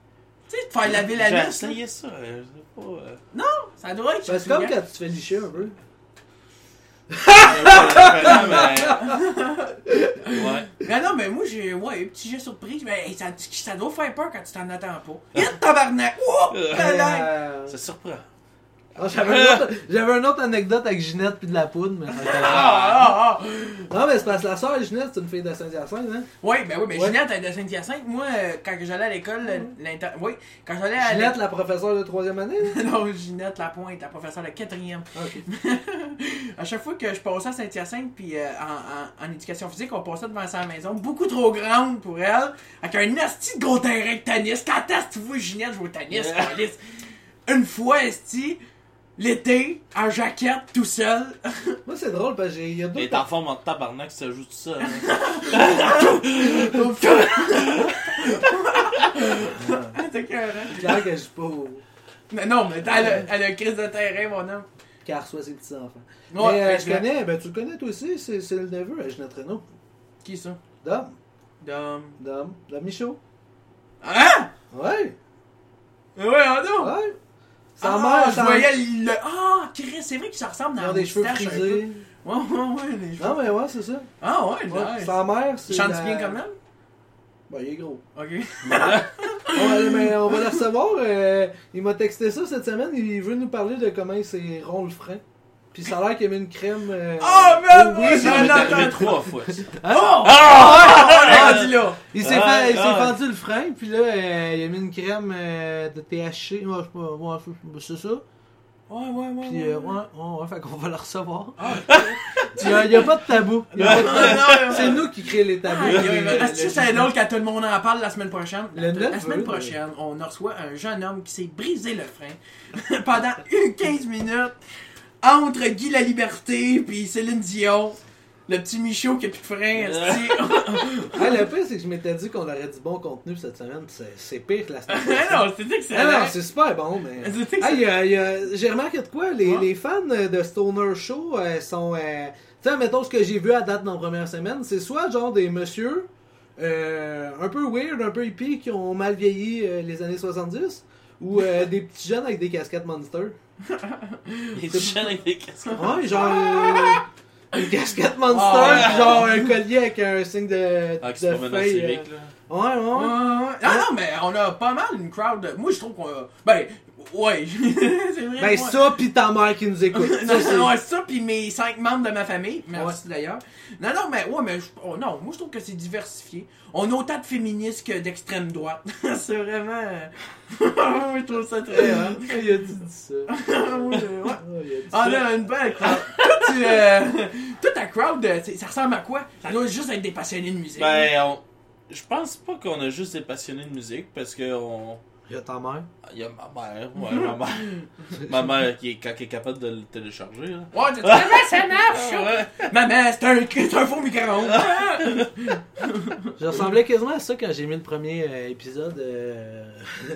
Tu sais, de faire laver la
J'ai
liste. là.
essayé ça, euh, je sais pas. euh,
Ça doit être.
Ben, C'est comme quand tu te fais licher un peu.
mais... Ouais.
Mais non, mais moi, j'ai. Ouais, petit jet surprise. Mais hey, ça, ça doit faire peur quand tu t'en attends pas. Hit tabarnak! Ouh! Tabarnak!
Euh,
Ça surprend.
non, J'avais un autre- j'avais une autre anecdote avec Ginette puis de la poudre. Mais...
Ah, ah, ah.
Non, mais c'est parce que la soeur Ginette, c'est une fille de Saint-Hyacinthe, hein?
Oui, ben oui, mais
Ouais. Mm.
Ginette, elle est de Saint-Hyacinthe. Moi, euh, quand j'allais à l'école, l'inter... oui, quand j'allais à
Ginette, la professeure de troisième année, là?
non, Ginette Lapointe, la professeure de quatrième.
Ah, ok.
à chaque fois que je passais à Saint-Hyacinthe, puis euh, en, en- en éducation physique, on passait devant sa maison, beaucoup trop grande pour elle, avec un asti de gros terrain de tennis. Quand est-ce que tu vois Ginette jouer au tennis,
Yeah.
câlisse? Une fois, esti, l'été, en jaquette, tout seul.
Moi, c'est drôle parce qu'il y a deux
Les enfants en tabarnak, ça joue tout ça. hein.
T'es cœur, hein?
clair que je suis pas au...
Mais non, mais elle a, elle a une crise de terrain, mon homme.
qu'elle reçoit ses petits-enfants.
Ouais,
mais, euh,
mais
je
je-
connais, ben tu le connais toi aussi, c'est c'est le neveu à Ginette Renault.
Qui ça?
Dom,
Dom.
Dom, Dom Michaud.
Hein?
Ouais,
Ouais, oh non!
ouais. Sa
Ah,
mère,
je
sa-
voyais le. Ah, Chris, c'est vrai qu'il se ressemble dans
hein. Ils
la
ont des cheveux
moustache un
frisés.
peu. Ouais, ouais, ouais, les cheveux.
Non, mais ouais, c'est ça.
Ah, ouais,
Hein? Ouais.
nice.
Sa mère,
Tu
c'est.
chantes
la-
bien quand même?
Ben, il est gros.
Ok.
Ouais, mais on va le recevoir. euh, il m'a texté ça cette semaine. Il veut nous parler de comment il s'est rond le frein. Puis ça a l'air qu'il a mis une crème. euh,
Ah, mais
au
moi,
bris.
j'en
Ça m'est
ai-
arrivé trois fois. ça.
hein?
Oh!
Ah,
Ah!
rendu là!
Il s'est
Ah,
fait- il s'est
ah.
fendu le frein, puis là, euh, il a mis une crème euh, de THC. Ouais, je sais pas, ouais, je- c'est ça.
Ouais, ouais, ouais.
Puis,
ouais,
euh, ouais,
ouais.
ouais, ouais, fait qu'on va la recevoir.
Ah,
Il n'y a, il y a pas de tabou. Il y a pas de tabou.
non,
C'est nous qui créons les tabous.
Ah,
Le-
ouais, Est-ce que c'est
le-
drôle quand tout le monde en parle la semaine prochaine?
Le
la, la
neveu,
semaine
ouais.
prochaine, on reçoit un jeune homme qui s'est brisé le frein pendant une 15 minutes entre Guy La Liberté puis Céline Dion. Le petit Michaud qui a plus de frein, esti.
Ah, le pire, c'est que je m'étais dit qu'on aurait du bon contenu cette semaine. C'est c'est pire que la semaine
Ah
passée.
non, c'est excellent.
Ah non, c'est super bon, mais.
C'est excellent.
Ah, il y a- il y a- J'ai remarqué de quoi, les,
Ouais.
les fans euh, de Stoner Show euh, sont. euh, Tu sais, mettons ce que j'ai vu à date dans la première semaine, c'est soit genre des messieurs euh, un peu weird, un peu hippie qui ont mal vieilli euh, les années 70, ou euh, des petits jeunes avec des casquettes monster.
Les chaînes avec des casquettes.
Ouais, genre euh, une casquette monster,
Ah ouais.
genre un collier avec un signe de,
Ah, qui se
de
promène dans le
feuille,
civique,
euh.
là.
Ouais,
Ouais, ouais,
ouais.
ouais. Ah non, mais on a pas mal une crowd. Moi, je trouve qu'on a. Ben, ouais. c'est vrai.
Ben
moi.
ça pis ta mère qui nous écoute. Ça,
non,
c'est-
non, ouais, ça, puis mes cinq membres de ma famille. Merci d'ailleurs. Non, non, mais ouais, mais je- oh, non, moi je trouve que c'est diversifié. On a autant de féministes que d'extrême droite. c'est vraiment. Moi, je trouve ça très. hot.
il a dit ça.
Ouais, ouais.
Ah, il a dit
Ah
ça.
là, une belle crowd. Toute, euh, toute ta crowd, euh, c'est- ça ressemble à quoi Ça doit juste être des passionnés de musique.
Ben, on- je pense pas qu'on a juste des passionnés de musique parce que on.
Il y a ta mère.
Il y a ma mère, ouais, ma mère. ma mère qui est, quand elle est capable de le télécharger, là. Ah,
Ouais, t'as- maman, ça marche
Ah,
ça?
Ouais.
Maman, c'est un, c'est un faux micro-ondes. Ah!
Je ressemblais quasiment à ça quand j'ai mis le premier euh, épisode euh,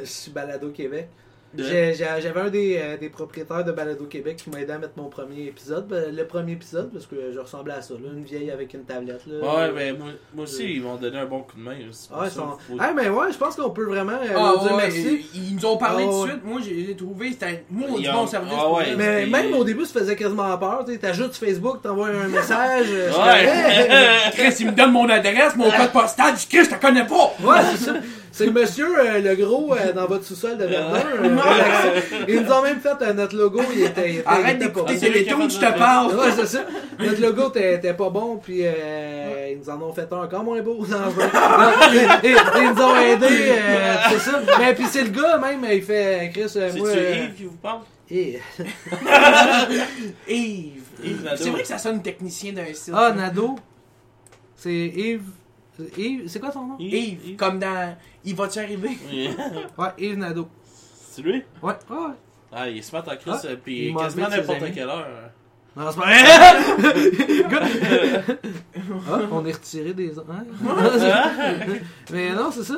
sur Balado Québec.
De-
J'ai- j'ai- J'avais un des, euh, des propriétaires de Balado Québec qui m'a aidé à mettre mon premier épisode. Ben, le premier épisode, parce que je ressemblais à ça, là, une vieille avec une tablette. Là,
Ouais, ben moi, moi aussi, ils m'ont donné un bon coup de main. c'est pour
Ah, Euh, ils
ça,
sont-
faut-
Ah, mais ouais, je pense qu'on peut vraiment euh,
Ah,
leur dire
ouais,
merci.
ils- Ils nous ont parlé tout
Ah,
de
ouais.
suite. Moi, j'ai trouvé, c'était un maudit
Ils ont-
bon service.
ah,
pour
ouais.
eux.
Mais
C'était-
même au début, ça faisait quasiment peur. tu sais, T'ajoutes Facebook, t'envoies un message. euh, je connais.
Ouais!
Chris, il me donne mon adresse, mon code postal. Je dis, Chris, je te connais pas.
Ouais, c'est ça. C'est le monsieur euh, le gros euh, dans votre sous-sol de Verdun. euh, relaxé. Ils nous ont même fait euh, notre logo, il était, il était- il
Arrête
était pas
d'écouter
bon.
c'est lui qui a
Télétoon, je
fait
te parle.
Ouais, c'est ça. Notre logo était était pas bon, puis euh, ils nous en ont fait un encore moins beau. Non, ils, ils- ils nous ont aidés, euh, c'est ça. Mais puis c'est le gars même, il fait euh, Chris, euh,
C'est-tu
moi. euh,
Yves qui vous parle?
eh.
Yves.
Yves Nadeau.
C'est vrai que ça sonne technicien d'un site.
Ah, Nado. C'est Yves. Yves, c'est quoi son nom?
Yves, comme dans Il va-tu arriver?
Ouais, Yves Nado.
C'est lui?
Ouais, ouais, ouais.
Ah, il est smart en Chris,
Ah,
euh, puis
il m'a
quasiment
enlevé de ses
n'importe
amis.
quelle heure.
Non, c'est pas vrai. Ah, on est retiré des. hein? mais non, c'est ça.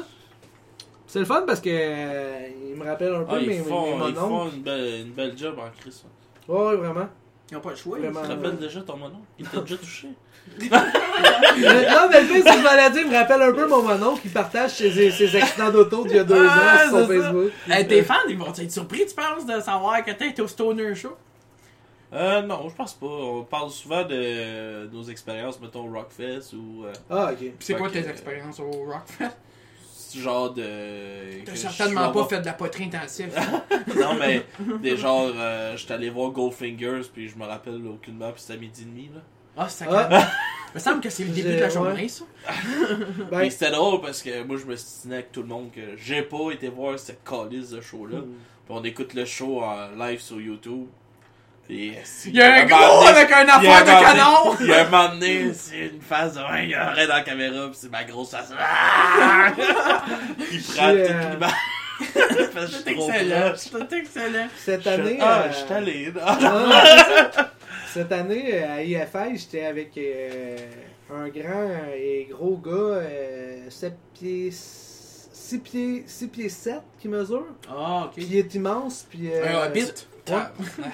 C'est le fun parce que. euh, il me rappelle un peu
Ah,
mes,
ils
mes-
font,
mes
ils
mononcles.
font une, belle, une belle job en Chris.
Ouais, ouais, vraiment.
Ils n'ont pas le choix.
Vraiment.
Tu te rappelles déjà ton monon? Il t'a déjà touché?
Mais- non, mais le fait, c'est que maladie me rappelle un peu mon mononcle qui partage ses, ses accidents d'auto d'il y a deux
Ah,
ans sur son
c'est ça.
Facebook.
Euh, tes fans, ils vont être surpris, tu penses, de savoir que t'as été au Stoner Show?
Euh, non, je pense pas. On parle souvent de euh, nos expériences, mettons Rockfest ou euh,
Ah, ok.
C'est
Fait
quoi
que-
tes expériences au Rockfest?
ce genre de.
T'as
que
certainement
je-
pas fait de la poterie intensive.
Non, mais des genres, euh, j'étais allé voir Goldfingers, puis je me rappelle aucunement, puis c'était à midi et demi. Là.
Ah, c'est
Ah.
ça. Il me semble que c'est le début de la
J'ai-
journée, ça.
Ben,
Puis c'était drôle parce que moi, je me soutenais avec tout le monde que j'ai pas été voir cette calice de show-là.
Hmm.
Puis on écoute le show en live sur YouTube. Puis, si-
Il y a un
moment
gros
donné-
avec un
Ah, bah, il y
affaire
a un
de
moment
canon!
donné- Il y a un moment donné, c'est une face de ouais, il y a un raid dans la caméra, puis c'est ma grosse face. Ah! il prend
Je suis,
toute
euh,
l'image. Parce que je
C'est
suis trop
excellent,
proche.
c'est excellent.
cette
Je-
année.
Ah,
euh,
je suis allé.
Ah, c'est ça. Cette année, euh, à IFI, j'étais avec euh, un grand et gros gars, 7 pieds, 6 pieds, 6 pieds 7 qui mesure,
Ah, ok.
puis il est immense, puis... euh,
Un hobbit.
Ouais,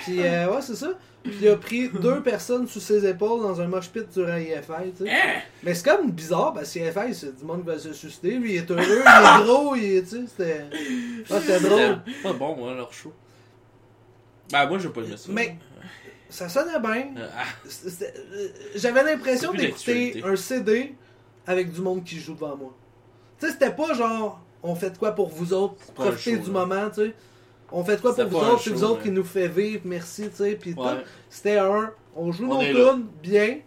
puis, euh, ouais, c'est ça. Puis il a pris deux personnes sous ses épaules dans un mosh pit durant IFI, tu sais.
Hein?
Mais c'est comme bizarre, parce que IFI, c'est du monde qui va se suicider, lui, il est heureux, il est gros, il est, tu sais, c'était... Ah, c'était drôle.
C'était pas bon, hein, leur show. Bah, moi, j'ai pas aimé ça.
Mais ça sonnait bien,
Euh, ah,
C'était- euh, J'avais l'impression
C'est plus
d'écouter
d'actualité.
un CD avec du monde qui joue devant moi. Tu sais, c'était pas genre on fait de quoi pour vous autres,
pas un
profitez
show,
du
là.
moment, tu sais. On fait de quoi pour
C'était
vous
pas un
autres, c'est vous
show,
autres qui
ouais.
nous fait vivre, merci, tu sais. Puis
Ouais.
tout. c'était un, on joue
On
nos
est là.
tunes bien,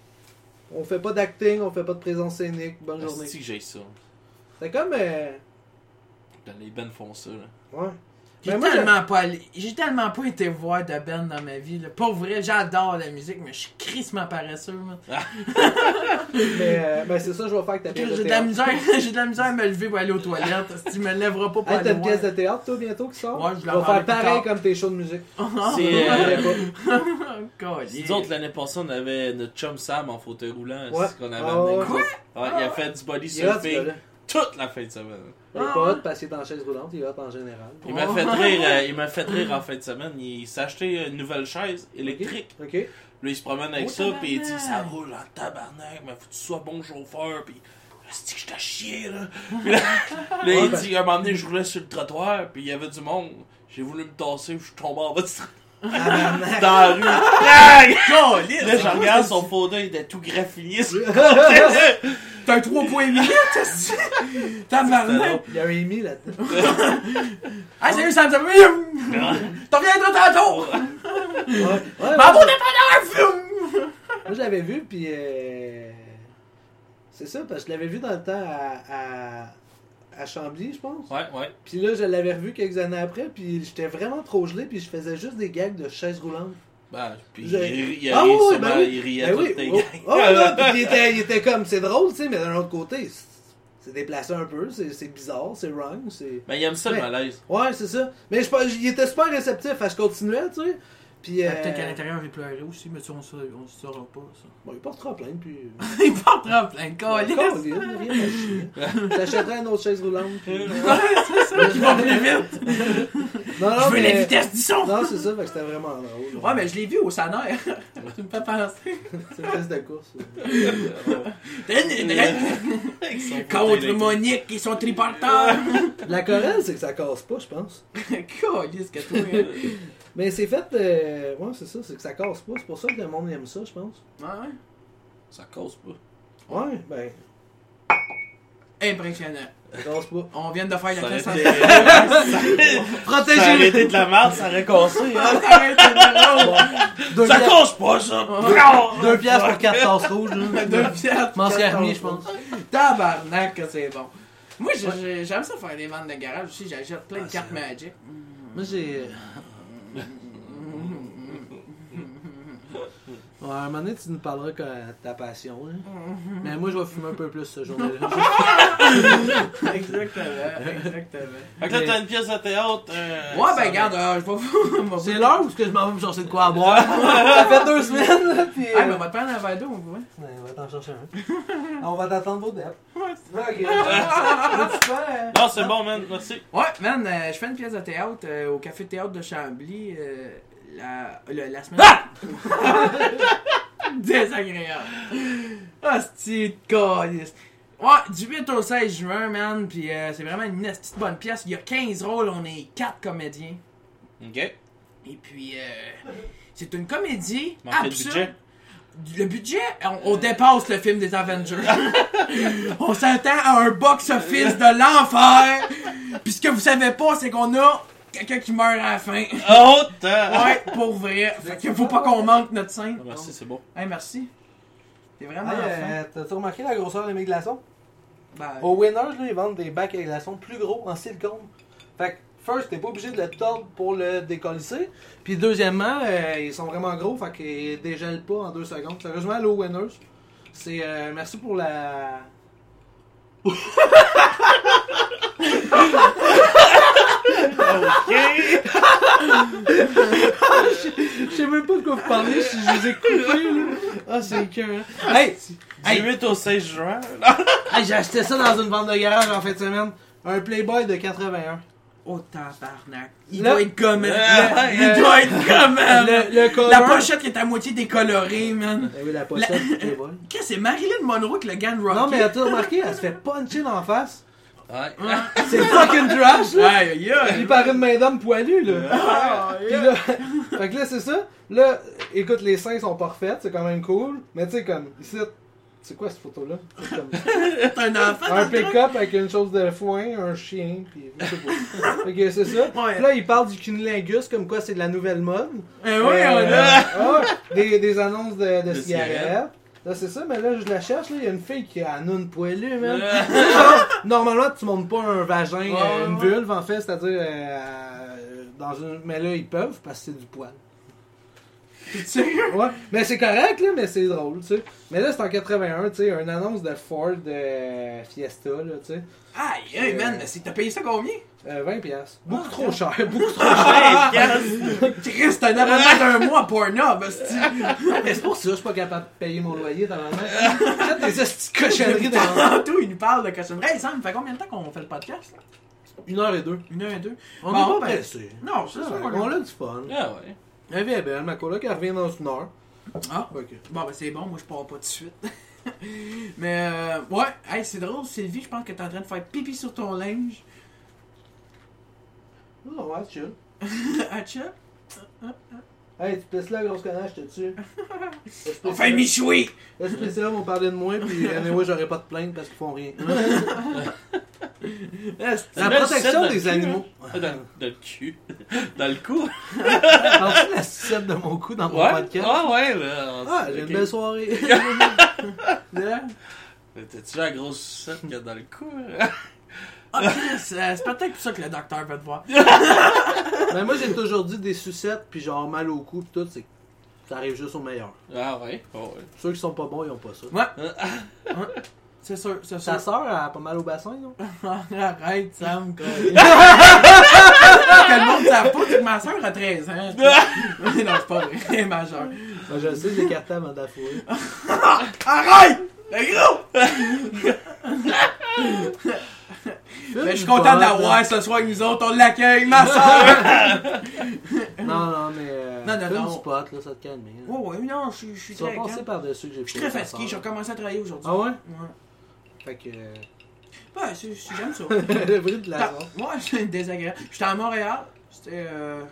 on fait pas d'acting, on fait pas de présence scénique, bonne journée.
si que j'ai ça.
C'était comme. euh,
Dans les ben font ça, là.
ouais.
J'ai
Mais Ben, moi,
tellement pas allé- j'ai tellement pas été voir de band dans ma vie. Là. Pour vrai, j'adore la musique, mais je suis crissement paresseux. moi.
Mais euh, ben, c'est ça, je vais faire avec ta
J'ai
pièce
de
de
la
théâtre.
misère, j'ai de la misère à me lever pour aller aux toilettes. Si tu me lèveras pas pour
Hey, t'as
aller
une
voir.
pièce de théâtre, toi, bientôt qui sort
Ouais, je la
vais faire
remarque plus
pareil
tard.
comme tes shows de musique.
Oh,
C'est. euh,
Collier.
Nous autres, l'année passée, on avait notre chum Sam en fauteuil roulant.
Ouais.
C'est ce qu'on avait
Ah
amené.
ouais.
Quoi?
Ouais, il a fait du body
Il est hot, ce
surfing
gars-là.
toute la fin de semaine.
Il est
Ah.
pas hot parce qu'il est en chaise roulante, il est hot en général.
Il m'a
Oh.
fait rire, euh, il m'a fait rire en fin de semaine. Il s'est acheté une nouvelle chaise électrique.
Ok?
Lui, il se promène avec
Oh,
ça, puis il dit
tabarnak.
Ça roule en tabarnak, mais faut que tu sois bon chauffeur, puis. C'est que je t'ai chié, là. Puis là, là,
Ouais,
il
ben-
dit un moment donné, je roulais sur le trottoir, puis il y avait du monde. J'ai voulu me tasser, je suis tombé en bas du trottoir
Ah, ben,
Tabarnak.
dans la rue. Aïe!
Collier,
Là,
c'est
je
quoi,
regarde son fauteuil, il était tout graffiné. sur-
c'est- T'as un 3.8 Tabarnak
ben. Il y a un Amy là-dedans.
Ah salut Sam Sam T'en reviendras tantôt
Ouais, ouais,
Bravo
ouais.
dépanneur
Moi, je l'avais vu, puis. euh, C'est ça, parce que je l'avais vu dans le temps à, à, à Chambly, je pense.
Ouais, ouais.
Puis là, je l'avais revu quelques années après, puis j'étais vraiment trop gelé, puis je faisais juste des gags de chaise roulante.
Bah, puis
J'ai-
il, ri- il
Ah
riait
oui,
sûrement,
ben oui.
il riait
Ben
toutes
oui,
les
oh,
gangs.
oh, là, puis il était, il était comme, c'est drôle, tu sais, mais d'un autre côté, c'est- c'est déplacé un peu, c'est c'est bizarre, c'est wrong, c'est.
Ben, il aime ça
Ouais.
le malaise.
Ouais, c'est ça. Mais je pense, il était super réceptif, à je continuais, tu sais. Puis. euh,
Peut-être qu'à l'intérieur il pleurait aussi, mais ça, on sa- on se saura pas ça.
Bon, il portera plainte, puis. euh,
Il portera plein de colis
Colin, rien à euh, chier. T'achèterais une autre chaise roulante. puis-
qui va plus vite.
Non, non,
je veux
mais-
la vitesse du son.
Non, c'est ça, fait que c'était vraiment drôle.
Ouais, mais je l'ai vu au salaire. tu me fais penser.
C'est une test de course. euh. ouais.
Avec son fauteuil
Contre
électrique.
Monique et son triparteur.
La chorale, c'est que ça casse pas, je pense.
Calisse que toi. hein.
Mais c'est fait. euh, Ouais, c'est ça, c'est que ça casse pas. C'est pour ça que le monde aime ça, je pense.
Ouais, ouais.
Ça cause pas.
Ouais, ben,
Impressionnant.
ça casse pas.
On vient de faire la
Ça
classe en
aurait été- ça aurait
Protégez
été de la merde, ça aurait cassé. hein.
Deux
Ça
piastres-
cause pas, ça!
Deux piastres pour quatre tasses rouges, là.
Deux piastres.
Je m'en serais remis, je pense.
Tabarnak, que c'est bon. Moi, j'ai- j'ai- j'aime ça faire des ventes de garage aussi. J'achète plein de cartes Magic.
Moi, j'ai. Ouais, à un moment donné, tu nous parleras que de ta passion, là. Mais moi, je vais fumer un peu plus ce jour-là.
Exactement, exactement.
Fait que là, t'as une pièce de théâtre. euh,
Ouais,
ça-
ben, regarde, euh, je vais vous.
C'est l'heure où est-ce que je m'en vais me chercher de quoi à boire? ça fait deux semaines, là, euh, pis...
Ah, mais on va te prendre un verre d'eau, on voit.
Ouais, on va t'en chercher un. on va t'attendre vos dettes. Ouais. Ok.
Non, c'est bon, man, merci.
Ouais, man, euh, je fais une pièce de théâtre euh, au Café Théâtre de Chambly euh, la, le- la semaine. Désagréable. Hostie de calice. Ouais, du 8 au 16 juin, man, puis euh, c'est vraiment une petite bonne pièce. Il y a 15 rôles, on est 4 comédiens.
Ok.
Et puis, euh, c'est une comédie
Manquait de
absurde.
budget.
Le budget, on, on dépasse le film des Avengers. on s'attend à un box-office de l'enfer. Puis ce que vous savez pas, c'est qu'on a quelqu'un qui meurt à la fin.
Oh, t'as.
Ouais, pour vrai. Fait que faut pas qu'on manque notre scène.
Ah, Merci, c'est bon.
Hey, merci. T'es vraiment fin.
Hey, euh, oh. T'as-tu remarqué la grosseur de mes glaçons?
Ben,
Au Winners, là, ils vendent des bacs à glaçons plus gros en silicone. Fait que, first, t'es pas obligé de le tordre pour le décollisser. Puis, deuxièmement, euh, ils sont vraiment gros, fait qu'ils dégèlent pas en deux secondes. Sérieusement, allez au Winners. C'est. euh, merci pour la.
Ok.
Je sais même pas de quoi vous parlez si je vous ai coupé, là. Ah, c'est écœurant. Hey!
Du 8 au 16 juin.
Hey, j'ai acheté ça dans une vente de garage en fin de semaine. Un Playboy de 81.
oh tabarnak. Il
Le-
doit être gommé.
Le-
Il
le-
doit être gommé.
Le, le cover...
Euh, La pochette qui est à moitié décolorée, man.
Eh oui, la pochette
La-
du Playboy.
Qu'est-ce que c'est Marilyn Monroe que le gars de Rocky?
Non, mais as-tu remarqué, elle se fait puncher dans la face.
Ouais.
C'est fucking trash, là.
Aïe, aïe, aïe.
Puis par une main d'homme poilue, là. Puis là... Fait que là, c'est ça. Là, écoute, les seins sont parfaits, c'est quand même cool. Mais tu sais, comme, ici... C'est quoi cette photo-là? C'est comme-
C'est un enfant.
un pick-up avec une chose de foin, un chien, pis je sais pas. Fait que c'est ça.
Ouais.
Puis Là, il parle du cunilingus, comme quoi c'est de la nouvelle mode.
Eh oui, on a.
Euh, ouais, des, des annonces de, de
De
cigarettes.
cigarettes.
Là, c'est ça, mais là, je la cherche, là, il y a une fille qui a un une poilue, man.
Euh,
Genre, Normalement, tu montes pas un vagin, euh, une
ouais.
vulve, en fait, c'est-à-dire euh, dans une... Mais là, ils peuvent, parce que c'est du poil.
Tu sais,
Ouais, mais c'est correct, là, mais c'est drôle, tu sais. Mais là, c'est en 81, tu sais, une annonce de Ford euh, Fiesta, là, tu sais.
Aïe, aïe, man, mais c'est- t'as payé ça combien?
Euh, 20 piastres. Beaucoup
Ah,
trop cher, beaucoup trop
hey, yes.
Chris, t'as un abonnement d'un mois à Pornhub, hostie.
cher. Mais c'est pour ça que je suis pas capable de payer mon loyer dans la main. Faites des petites cochonneries dans
Tantôt, il nous parle de cochonnerie. Hey, Sam, fait combien de temps qu'on fait le podcast? là?
Une heure et deux.
Une heure et deux.
On
Bon,
est pas
ben,
pressé.
Non, c'est ça.
On a du fun.
Ah ouais.
La vie est belle, ma coloc, elle revient dans une heure.
Ah,
Ok.
bon, ben c'est bon, moi je pars pas tout de suite. Mais, euh, ouais, hey, c'est drôle, Sylvie, je pense que t'es en train de faire pipi sur ton linge.
Non, Ah, ouais, chill.
Hatcha?
Hey, tu pisses là, grosse connasse, je te tue.
Enfin, Michoui!
Laisse pisser là, on parlait de moi, puis anyway, j'aurais pas de plainte parce qu'ils font rien.
Hostie.
La
Là, c'est dans
protection
le
des
cul,
animaux.
hein. Dans, dans le cul. Dans le cou.
hein?
Parles-tu de la sucette de mon cou dans mon
Ouais.
podcast?
Ah ouais, là.
Ah, j'ai
ok.
une belle soirée.
Là.
T'as-tu la grosse sucette qu'il y a dans le cou? hein?
Ah, Chris, euh, c'est peut-être pour ça que le docteur va te voir.
Mais Ben, moi, j'ai toujours dit des sucettes, puis genre mal au cou, puis tout, c'est ça arrive juste aux meilleurs.
Ah ouais. Oh, ouais.
Ceux qui sont pas bons, ils ont pas ça.
C'est sûr, c'est sûr.
Sa sœur, elle a pas mal au bassin, non?
Arrête, Sam, quoi. que le monde savent pas, c'est que ma soeur a 13 ans. non, c'est pas vrai, elle est majeure.
Ben, je le sais, j'ai carté avant d'affouer.
Arrête! Le gros!
film.
Mais je suis content de
bon,
l'avoir ce soir avec nous autres. On l'accueille, ma soeur.
Non, non, mais. euh,
Non, non,
fume
non.
du pot, là, ça te calme. hein.
Oui, oui, non, je suis- je suis
Tu vas
très calme.
passer par-dessus que j'ai
hein. Je suis très fatigué. J'ai recommencé à travailler aujourd'hui.
Ah ouais?
Ouais.
Fait que. euh,
Ouais, c'est- c'est- j'aime ça.
le bruit de la
Ah, Moi, c'est désagréable. J'étais à Montréal. C'était. Euh...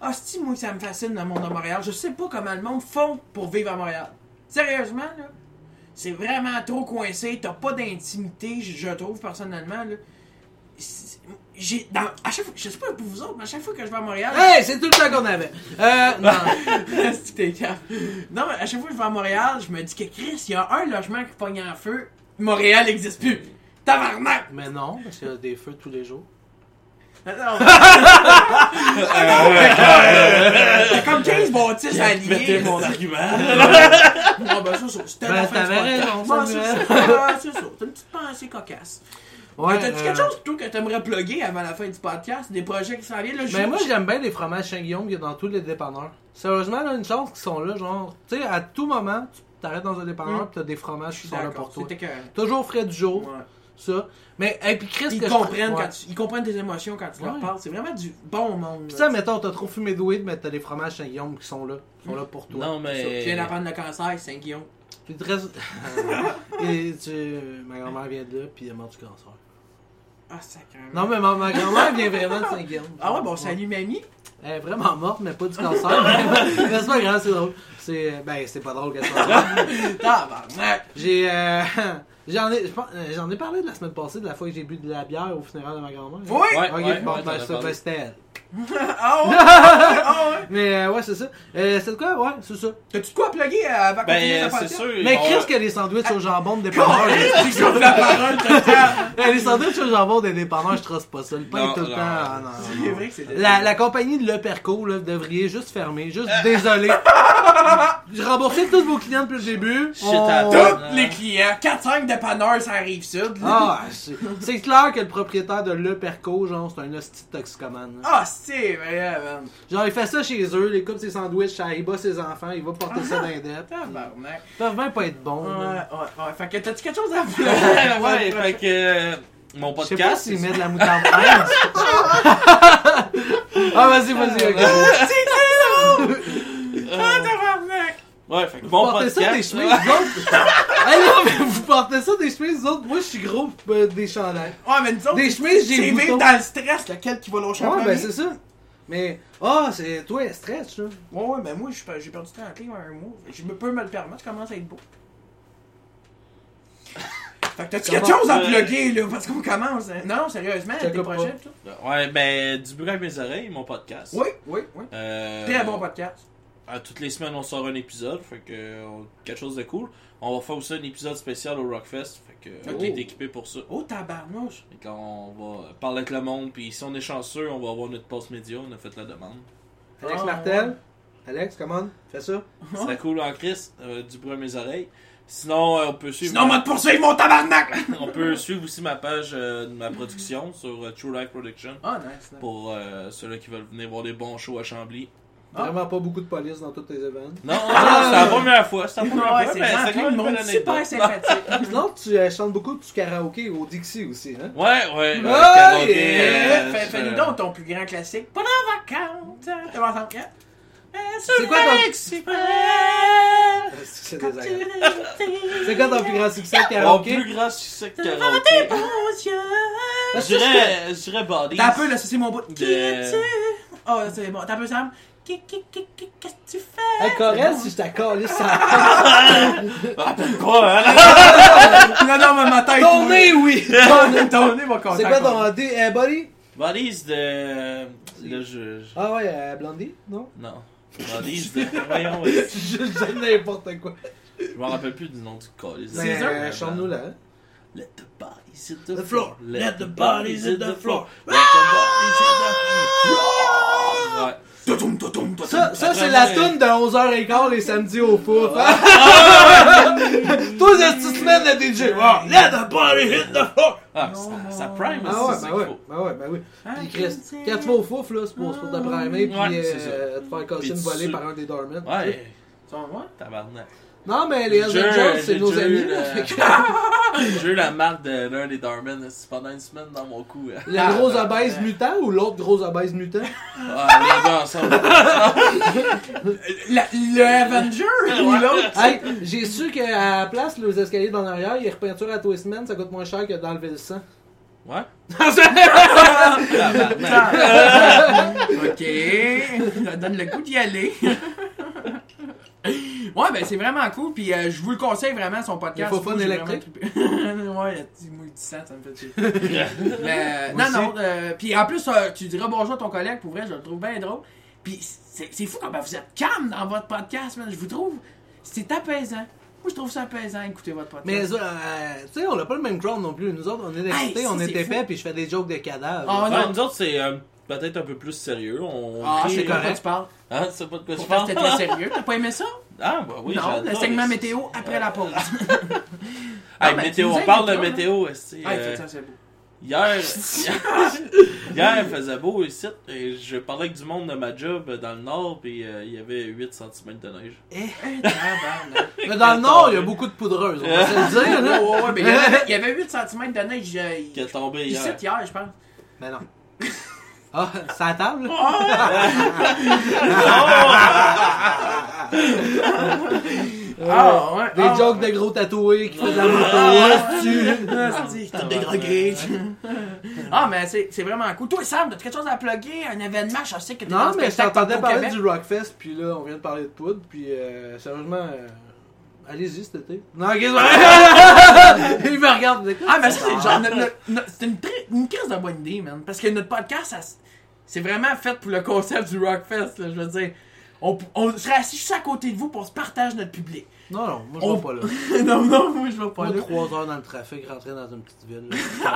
Ah, si, moi, ça me fascine le monde de Montréal. Je sais pas comment le monde font pour vivre à Montréal. Sérieusement, là. C'est vraiment trop coincé. T'as pas d'intimité, je je trouve, personnellement, là. C'est- J'ai. Dans... À chaque fois... Je sais pas pour vous autres, mais à chaque fois que je vais à Montréal.
Hey, c'est tout le temps qu'on avait. Euh, non.
Asti, t'es cave. Non, mais à chaque fois que je vais à Montréal, je me dis que Chris, il y a un logement qui pogne en feu. Montréal n'existe plus. Tabarnak!
mais non, parce qu'il y a des feux tous les jours.
Non, non. T'as comme 15 bâtisses
Mettez
alliées.
euh,
mon argument.
Ah, ben, c'est ça. C'était la fin
Ben,
du
t'avais
podcast.
raison,
Bon, c'est
Samuel.
ça. Ah, C'est ça. T'as une petite pensée cocasse.
Ouais.
T'as-tu
euh,
quelque chose, toi, que t'aimerais plugger avant la fin du podcast? Des projets qui s'en viennent? Là, je-
Mais Ben, moi, j'aime bien les fromages Saint-Guillaume qu'il y a dans tous les dépanneurs. Sérieusement, là, une chance qu'ils sont là, genre, tu sais, à tout moment, tu t'arrêtes dans un dépanneur
Mm.
pis t'as des fromages qui sont là pour
D'accord,
toi.
c'était que...
Toujours frais du jour,
Ouais.
ça. Mais, et puis Chris,
Ils
que je-
comprennent,
ouais.
quand tu- ils comprennent tes émotions quand tu leur
Ouais.
parles. C'est vraiment du bon monde.
Pis
là,
ça, mettons, t'as trop fumé de weed, mais t'as des fromages Saint-Guillaume qui sont là. Qui sont
Hmm.
là pour toi.
Non,
Ça,
mais.
Tu viens d'apprendre le cancer, Saint-Guillaume.
Puis te reste- Et tu- Ma grand-mère vient de là, puis elle est morte du cancer.
Ah, sacrément.
Non, mais ma, ma grand-mère vient vraiment de Saint-Guillaume.
Ah ouais, bon, salut, mamie.
Elle est vraiment morte, mais pas du cancer. mais c'est pas grave, c'est drôle. C'est... Ben, c'est pas drôle qu'elle soit morte.
Tabarnak.
J'ai. euh, J'en ai, je pense- euh, j'en ai parlé de la semaine passée, de la fois que j'ai bu de la bière au funérail de ma grand-mère.
Oui!
Ouais,
Ok,
ouais,
bon,
ouais,
ben,
t'en as
ça,
parlé.
ben, c'était elle.
Ah ouais! Ah ouais!
Mais euh, ouais, c'est ça. Euh, c'est de quoi? Ouais, c'est ça.
T'as-tu de quoi à plugger avant qu'on finisse
Ben,
la
euh, c'est
podcast?
sûr.
Mais
on-
qu'est-ce que les sandwichs au jambon de dépanneur?
Correct, tu coupes la parole, t'as le temps.
je- les sandwichs au jambon des dépanneurs, je trosse pas ça. Le pain
Non,
tout le temps.
non.
ah, non, non,
C'est
non.
vrai que c'est
La, la compagnie de Le Perco, là, devriez juste fermer. Juste désolé. Je remboursais tous vos clients depuis le début.
Shit, à
Tous
toi.
les clients, 4-5 dépanneurs, ça arrive sud. là.
Ah, c'est- c'est clair que le propriétaire de Le Perco, genre, c'est un hostie de toxicomane. là.
Ah, c'est vrai, man.
Genre, il fait ça chez eux, il coupe ses sandwichs, ça, il bat ses enfants, il va porter ça dans les dettes.
Tabarnak.
Ils peuvent même pas être bons.
Ouais,
là.
ouais, ouais. Fait que t'as-tu quelque chose à
Ouais,
plugger?
ouais, fait que. euh, Mon
Je sais pas
podcast.
s'ils mettent de la moutarde. Ah, vas-y, vas-y, ok.
euh,
Ah, tabarnak.
Ouais, fait que
Vous
mon
portez
podcast.
ça des chemises, vous autres? Ah non, mais vous portez ça des chemises, vous autres? Moi, je suis gros euh, des chandails.
Ouais, mais disons,
Des chemises, j'ai
c'est
des
vivre
boutons.
dans le stress, lequel qui va lâcher en
Ouais, ben
premier.
c'est ça. Mais, ah, c'est toi, stretch, là.
Ouais, ouais, mais moi, je suis pas- j'ai perdu 30 livres en un mois. Je me peux me le permettre, je commence à être beau. fait que t'as-tu quelque
Comment-
chose à
Euh,
plugger, là? Parce qu'on commence. hein. Non, sérieusement,
Je te
tes
coupe
projets,
pas.
tout.
Ouais, ben, du bruit à mes oreilles, mon podcast.
Oui, oui, oui.
Euh,
Très bon podcast.
à toutes les semaines, on sort un épisode. Fait que euh, on- quelque chose de cool. On va faire aussi un épisode spécial au Rockfest. Fait
Oh.
que
Ok.
on est équipé pour ça.
Oh, tabarnouche.
Fait que on va parler avec le monde. Puis si on est chanceux, on va avoir notre post média. On a fait la demande.
Alex
Ah,
Martel. Alex, commande, fais ça.
C'est cool en Christ. euh, du bruit à mes oreilles. Sinon, euh, on peut suivre.
Sinon, on va te poursuivre, mon tabarnak!
On peut suivre aussi ma page euh, de ma production sur euh, True Life Production
Ah, nice. nice.
pour euh, ceux-là qui veulent venir voir des bons shows à Chambly.
Ah.
Vraiment pas beaucoup de police dans tous tes événements.
Non, non, non, c'est la première fois,
Ah,
c'est la première
Ouais,
fois,
c'est
mais
vraiment
c'est
cool,
quand même
le
une
monde
bonne
super
anecdote.
sympathique.
Sinon, tu euh, chantes beaucoup du karaoké au Dixie aussi, hein?
Ouais, ouais.
Ouais,
karaoké,
yeah.
euh,
Fais-
je-
Fais-nous donc ton plus grand classique. Pendant vacances, t'es en train Euh,
C'est quoi ton-
ton...
Est-ce que Ah, C'est désagréable. C'est quoi ton plus grand succès de
Mon
karaoké?
plus grand succès de karaoké. Je dirais, je dirais Bodies.
T'as un peu, là, ça, c'est mon bout. Qui
De-
es-tu? Oh, c'est bon. T'as un peu, Sam. Qui- qui- qui- qui- Qu'est-ce que tu fais?
Hey, Corel, si je t'accorde, ça.
Quoi, hein?
Non, non, mais ma tête.
Ton
oui.
nez, oui!
Ton nez, ton nez, mon contact.
C'est quoi ton D, euh, Buddy?
Bodies de. Là, je. je-
Ah ouais, euh, Blondie? Non?
Non. Bodies de. Voyons, ouais.
Je dis n'importe quoi.
je me rappelle plus du nom du call.
Mais,
sûr.
euh, chante-nous là. hein.
Let the bodies hit the,
The floor.
floor. Let the bodies hit the floor. Let the bodies hit the floor. Ouais.
Toutoum, toutoum, toutoum.
Ça, ça c'est la
Vraiment,
toune de 11h15 les samedis au fouf. hein. Toi, c'est cette semaine, le Ah, DJ. Ah, Ouais.
Let the body hit the floor. Ah,
Non,
ça, ça
non.
prime
Ah ouais,
aussi, c'est
bah ouais,
faux.
bah ouais, bah oui.
Ah,
Puis Chris,
c'est-
quand tu vas au fouf, là, c'est pour, c'est pour te primer, puis
Ah. Ouais, c'est
euh, te faire casser
Puis
une
tu
volée
sais-
par un des dormants.
Ouais,
Son- ouais.
tabarnak.
Non, mais les
J'ai-
Hells Angels, c'est
j'ai
nos
déjà
amis.
eu euh,
là,
le-
fait que-
J'ai eu la marque de l'un des Darman pendant une semaine dans mon cou. hein.
La grosse abaisse mutant ou l'autre grosse abaisse mutant?
Ah, les deux ensemble.
La- le Avenger ou l'autre.
Hey, j'ai su qu'à la place, les escaliers d'en arrière, les repeintures à tous les semaines, ça coûte moins cher que d'enlever le sang.
Ouais.
ok, ça donne le goût d'y aller. ouais, ben c'est vraiment cool, puis euh, je vous le conseille vraiment son podcast.
Il faut pas
Moi, j'ai
d'électrique?
vraiment trippé. ouais, le petit mouille du sang, ça me fait chier. Mais, euh, non, non, euh, puis en plus, euh, tu diras bonjour à ton collègue, pour vrai, je le trouve bien drôle. Puis c'est c'est fou comment vous êtes calme dans votre podcast, man, je vous trouve. C'est apaisant. Moi, je trouve ça apaisant, écouter votre podcast.
Mais euh, euh, tu sais, on n'a pas le même crowd non plus. Nous autres, on est excités,
Hey, ça,
on est
c'est
épais,
fou.
puis je fais des jokes de cadavres.
Ah,
Ouais,
non.
nous autres, c'est euh, peut-être un peu plus sérieux. On
Ah,
crie-
je sais pas de quoi
correct.
tu parles.
Hein, c'est pas de quoi je
Pourtant,
parle.
c'était très sérieux. T'as pas aimé ça?
Ah, bah oui,
non, le
j'adore,
segment
mais-
météo après la pause.
Hey,
Ah, ben,
météo,
tu nous
on parle de
invites,
météo. esti,
Ah,
euh,
ça, ça, c'est beau.
Hier, hier, il faisait beau ici et je parlais avec du monde de ma job euh, dans le nord puis euh, il y avait 8 cm de neige.
Tabarnak.
Mais dans le nord, il y a beaucoup de poudreuses, on va se le dire.
Ouais,
Là.
ouais, ouais, mais il y avait- il y avait 8 cm de neige euh,
Qui est tombé
ici
hier.
hier, je pense.
Mais non. Ah, ça table?
Ah, ouais.
Des
ah,
jokes de gros tatoués qui fait de la moto. tu
Ah, c'est- c'est des gros grises. Ah, mais c'est c'est vraiment cool. Toi, Sam, t'as quelque chose à plugger? Un événement? Je sais que t'es dans
Non,
le
mais je
spectacle
t'entendais
au
parler
Québec.
du Rockfest, puis là, on vient de parler de poudre, puis euh, sérieusement, euh, allez-y cet été. Non, ok, c'est vrai. Il me regarde. il dit,
Ah, mais ça, c'est genre. notre- notre- notre- C'est une, très- une crise de bonne idée, man. Parce que notre podcast, ça s- c'est vraiment fait pour le concept du Rockfest, là, je veux dire. On, on serait assis juste à côté de vous pour se partager notre public.
Non, non, moi je
On-
vais pas là.
non, non, moi, je vais pas
Pas
là.
trois heures dans le trafic, rentrer dans une petite ville. là.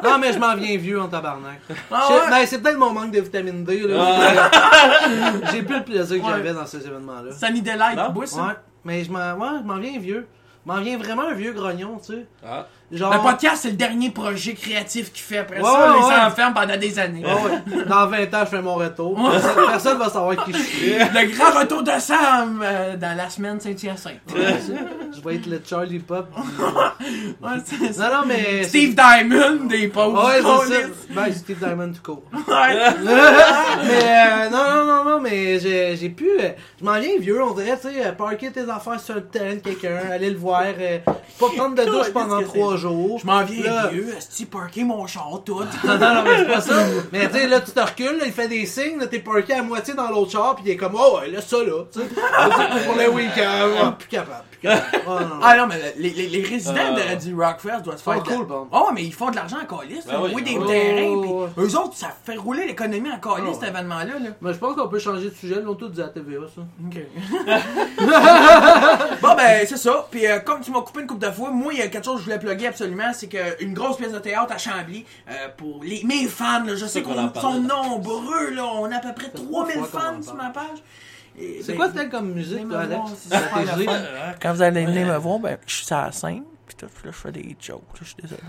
non, mais je m'en viens vieux en tabarnak.
Ah,
Je-
ouais?
ben, c'est peut-être mon manque de vitamine D. Là. J'ai plus le plaisir que
Ah. Ouais.
j'avais dans ces événements-là.
Sunny Delight,
Non?
bois ça.
Ouais, mais je m'en ouais, je m'en viens vieux. Je m'en viens vraiment un vieux grognon, tu sais.
Ah.
Genre...
Le podcast, c'est le dernier projet créatif qu'il fait après
Ouais,
ça.
ouais,
les
ouais.
gens enferment pendant des années.
Ah ouais. Dans 20 ans, je fais mon retour. Personne- Personne va savoir qui je suis.
Le grand retour de Sam euh, dans la semaine Saint-Hyacinthe.
Je vais être le Charlie Pop.
Ouais, c'est ça.
Non, non, mais.
Steve Diamond des
c'est-
pauses.
Ouais,
Oh,
c'est
lisse.
ça. Ben, Steve Diamond tout court.
Ouais.
mais euh, non, non, non, non, mais j'ai j'ai pu. euh, je m'en viens vieux, on dirait, tu sais, euh, parker tes affaires sur le terrain de quelqu'un, aller le voir, euh, pas prendre de douche pendant
Qu'est-ce que
trois jours.
Je m'en viens
Là, Ah,
vieux, est-ce parqué mon char tout?
Non, non, non, mais c'est pas ça. Mais tu sais, là, tu te recules, là, il fait des signes, là, t'es parké à moitié dans l'autre char, puis il est comme, oh, ouais, là, ça, là, tu sais. Pour le week-end, ouais, plus capable, plus capable. Oh, non, non.
Ah non, mais les, les, les résidents
Euh.
de- du Rockfest doivent se
Ah.
faire.
Sont
de la-
cool, bon.
Oh, mais ils font de l'argent en calice.
Ben
là.
oui,
oui, des
ben oui.
terrains.
Oh,
puis Eux autres, ça fait rouler l'économie en calice,
Ah, ouais.
cet événement-là. Là.
Mais je pense qu'on peut changer de sujet, ils l'ont tous dit à TVA, ça.
bon ben c'est ça. Puis euh, comme tu m'as coupé une coupe de fois, moi il y a quelque chose que je voulais plugger absolument, c'est que une grosse pièce de théâtre à Chambly euh, pour les mes fans, là, je sais
C'est qu'on
qu'on
en
sont
parlait, là.
nombreux là, on a à peu près
trois
3000
fois qu'on
fans
en
sur
parle.
ma page. Et,
C'est
ben,
quoi
vous-
t'as comme musique,
venez
toi,
me voir,
Alex?
si c'est pas la
Stratégie?
fin. Quand vous allez venir me voir, ben je suis à la scène. Puis tout, là, je fais des jokes. là, Je suis désolé.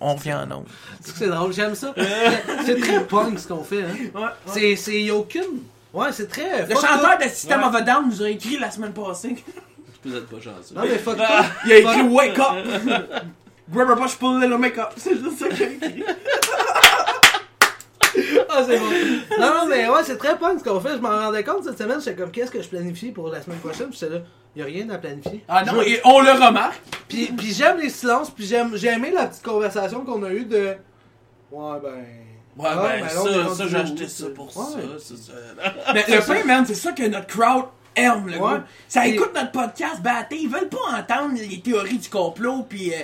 On, on revient en nombre.
C'est drôle, j'aime ça. C'est- C'est très punk ce qu'on fait, hein. C'est, c'est y a aucune. Ouais, c'est très.
Le
fuck
chanteur
up.
de System of a Down nous a écrit la semaine passée.
Vous êtes pas chanceux. Ah,
Non, mais fuck up.
Il a écrit Wake Up! Grab a push, pull a little make up. C'est juste ça qu'il a écrit.
Ah, c'est bon. Non, non, mais ouais, c'est très punk ce qu'on fait. Je m'en rendais compte cette semaine. J'étais comme, qu'est-ce que je planifie pour la semaine prochaine? Puis j'étais là, y a rien à planifier.
Ah non,
Je-
et on le remarque.
Puis, puis j'aime les silences, puis j'aime, j'ai aimé la petite conversation qu'on a eue de. Ouais, ben.
Ouais,
Ah, ben,
ben,
là, on est
ça,
rendu
ça j'ai
où,
acheté ça
c'est-
pour
Ouais.
ça. c'est ça.
Mais le pain, man, c'est ça que notre crowd aime, le
Ouais.
gars. Ça
Et-
écoute notre podcast batté, ils veulent pas entendre les théories du complot, puis... euh,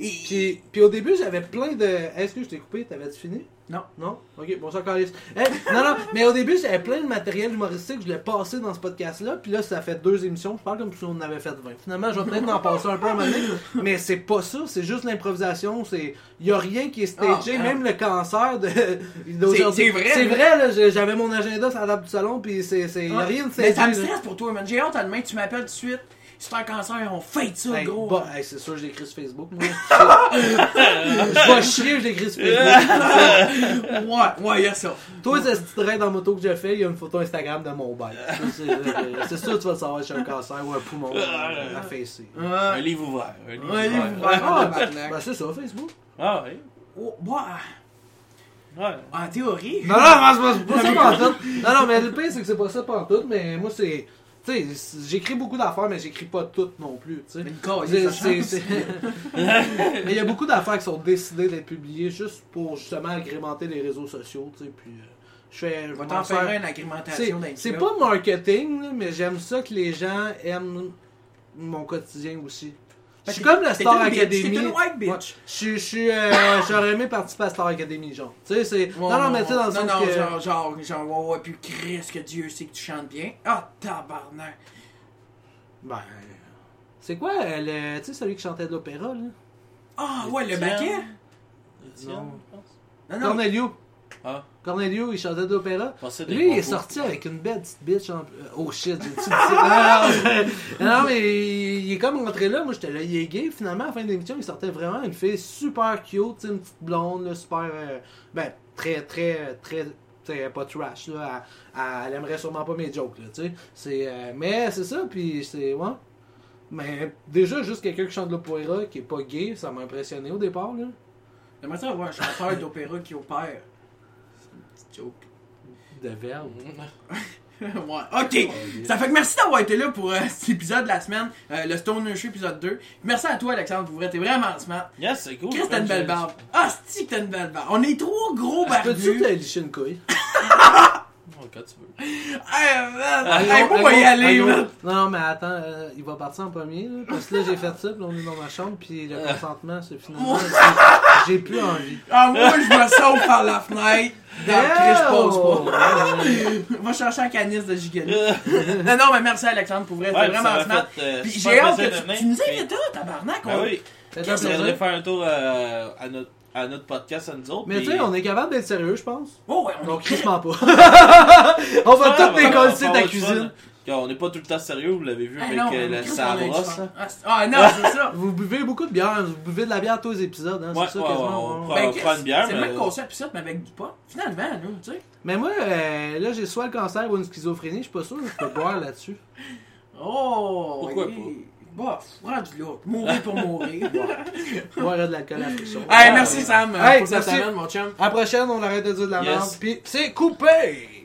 et-
Puis, puis au début, j'avais plein de. Est-ce que je t'ai coupé? T'avais-tu fini?
Non.
Non? Ok, bon, ça calisse. Eh, non, non, mais au début, j'avais plein de matériel humoristique que je voulais passer dans ce podcast-là. Puis là, ça fait deux émissions. Je parle comme si on en avait fait 20. Finalement, je vais peut-être en passer un peu à un moment donné. Mais c'est pas ça. C'est juste l'improvisation. C'est... Il y a rien qui est stagé.
Ah,
même le cancer de... d'aujourd'hui.
c'est vrai,
C'est
là. Ah,
vrai, là. j'ai- J'avais mon agenda sur la table du salon. Puis c'est, c'est... il y a rien de
Mais ça me
stagé, là.
stresse pour toi, man. J'ai hâte à demain, tu m'appelles tout de suite. se faire cancer, on fête ça,
Hey,
gros. hein.
bon, hey, c'est sûr, je l'écris sur Facebook. moi. je vais chier, je l'écris sur Facebook.
Ouais, ouais, il y a ça.
Toi, c'est ce petit raid dans moto que j'ai fait, il y a une photo Instagram de mon bike. Ça, c'est- euh, C'est sûr, que tu vas le savoir si j'ai un cancer ou un poumon euh, affaissé.
Ah, Un
Ouais,
livre ouvert. Un livre
Ouais,
ouvert.
livre ouvert.
Ah, ben, c'est ça, Facebook.
Ah oui.
oh, bon, ah,
Ouais.
en théorie.
Non, non, non, c'est pas c'est pas ça pantoute. Non, non, mais le pire, c'est que c'est pas ça pantoute, mais moi, c'est. Tu sais, j'écris beaucoup d'affaires, mais j'écris pas toutes non plus, tu sais.
Mais Nicole,
ben, C'est-
ça
c'est-
change.
c'est- mais il y a beaucoup d'affaires qui sont décidées d'être publiées juste pour justement agrémenter les réseaux sociaux, tu sais. Puis euh, je fais. je
On va
m'en
t'en
sers-
faire une
C'est-
agrémentation d'un
C'est
club.
pas marketing, là, mais j'aime ça que les gens aiment mon quotidien aussi. Je suis
Parce que
comme la
t'es
Star
une bitch,
Academy.
t'es une white bitch.
Ouais. Je suis- je suis. euh, J'aurais aimé participer à Star Academy, genre. Tu sais, c'est.
Ouais,
non, non,
ouais,
mais tu sais, dans le
non,
sens
non,
que.
genre, genre, genre, ouais, ouais, puis Christ, que Dieu sait que tu chantes bien. Ah, tabarnak.
Ben. C'est quoi, euh, le. Tu sais, celui qui chantait de l'opéra, là
Ah, ouais, le
Étienne.
baquet.
Étienne, je pense.
Non, non,
Cornelio.
Ah,
Cornelio, il chantait de l'opéra.
je pensais des
Lui, il est
concours.
sorti avec une belle petite bitch en plus. Oh shit, j'ai dit ça. Non, non, mais il est comme rentré là. Moi, j'étais là, il est gay. Finalement, à la fin de l'émission, il sortait vraiment une fille super cute, tu sais, une petite blonde, là, super. euh, ben, très, très, très. tu sais, pas trash, là. Elle, elle aimerait sûrement pas mes jokes, là, tu sais. C'est, euh, mais c'est ça, puis c'est. Ouais. Mais déjà, juste quelqu'un qui chante de l'opéra, qui est pas gay, ça m'a impressionné au départ, là.
J'aimerais ça avoir un chanteur d'opéra qui opère. C'est une
De verbe.
petite joke. ouais,
Oh,
ok. Ça fait que merci d'avoir été là pour euh, cet épisode de la semaine, euh, le Stone Show épisode 2. Merci à toi, Alexandre Bouvret, t'es vraiment smart.
Yes, c'est cool.
Chris, t'as une belle barbe. Ah, c'est-tu que t'as une belle barbe. On est trop gros
Ah,
Peux-tu
barbus.
te licher une couille?
Ouais, quand tu veux.
Hey, Eh, man.
Ah,
Hey,
non,
moi,
ah,
on va y
non,
aller,
ah, non.
man.
Non, non, mais attends, euh, il va partir en premier, là, parce que là, j'ai fait ça, puis on est dans ma chambre, puis
Euh.
le consentement, c'est finalement... c'est- J'ai plus envie.
Ah, moi, je me sauve par la fenêtre. Dans le Chris, je pose pas. Va chercher la canisse de Gigali. non, non, mais merci Alexandre pour vrai,
Ouais,
c'était vraiment
ça m'a
smart.
fait, euh,
Puis
super
j'ai hâte
plaisir
que
de
tu,
venir.
tu nous
Puis-
invites, hein, tabarnak.
Ben
on-
oui.
Faites un
Je
plaisir.
voudrais faire un tour euh, à, notre, à notre podcast, à nous autres.
Mais tu sais, on est capable d'être sérieux, je pense.
Oh, ouais, on
Donc,
est-
crissement pas. on va tout décoller ta cuisine.
hein. On n'est pas tout le temps sérieux, vous l'avez vu
Ah,
avec
non,
euh,
on
la
est- Chris, on a eu du
Sabros.
fun.
là.
Ah, c'est- Ah, non, c'est ça.
Vous buvez beaucoup de bière, vous buvez de la bière tous les épisodes, hein,
Ouais,
c'est ça
ouais,
quasiment. ouais.
on prend-
Ben,
on
Chris,
prend une bière,
C'est
mais-
le même concept, puis ça, mais avec du pot. Finalement, nous, tu sais.
Mais moi, euh, là, j'ai soit le cancer ou une schizophrénie, je suis pas sûr que je peux boire là-dessus.
Oh,
Pourquoi
yeah. Bof, rendu là. Mourir pour mourir.
Boire de l'alcool à frisson.
hey, merci Sam
Hey,
pour cette
merci.
semaine, mon chum.
À la prochaine, on arrête de dire de la
Yes.
merde, puis c'est coupé!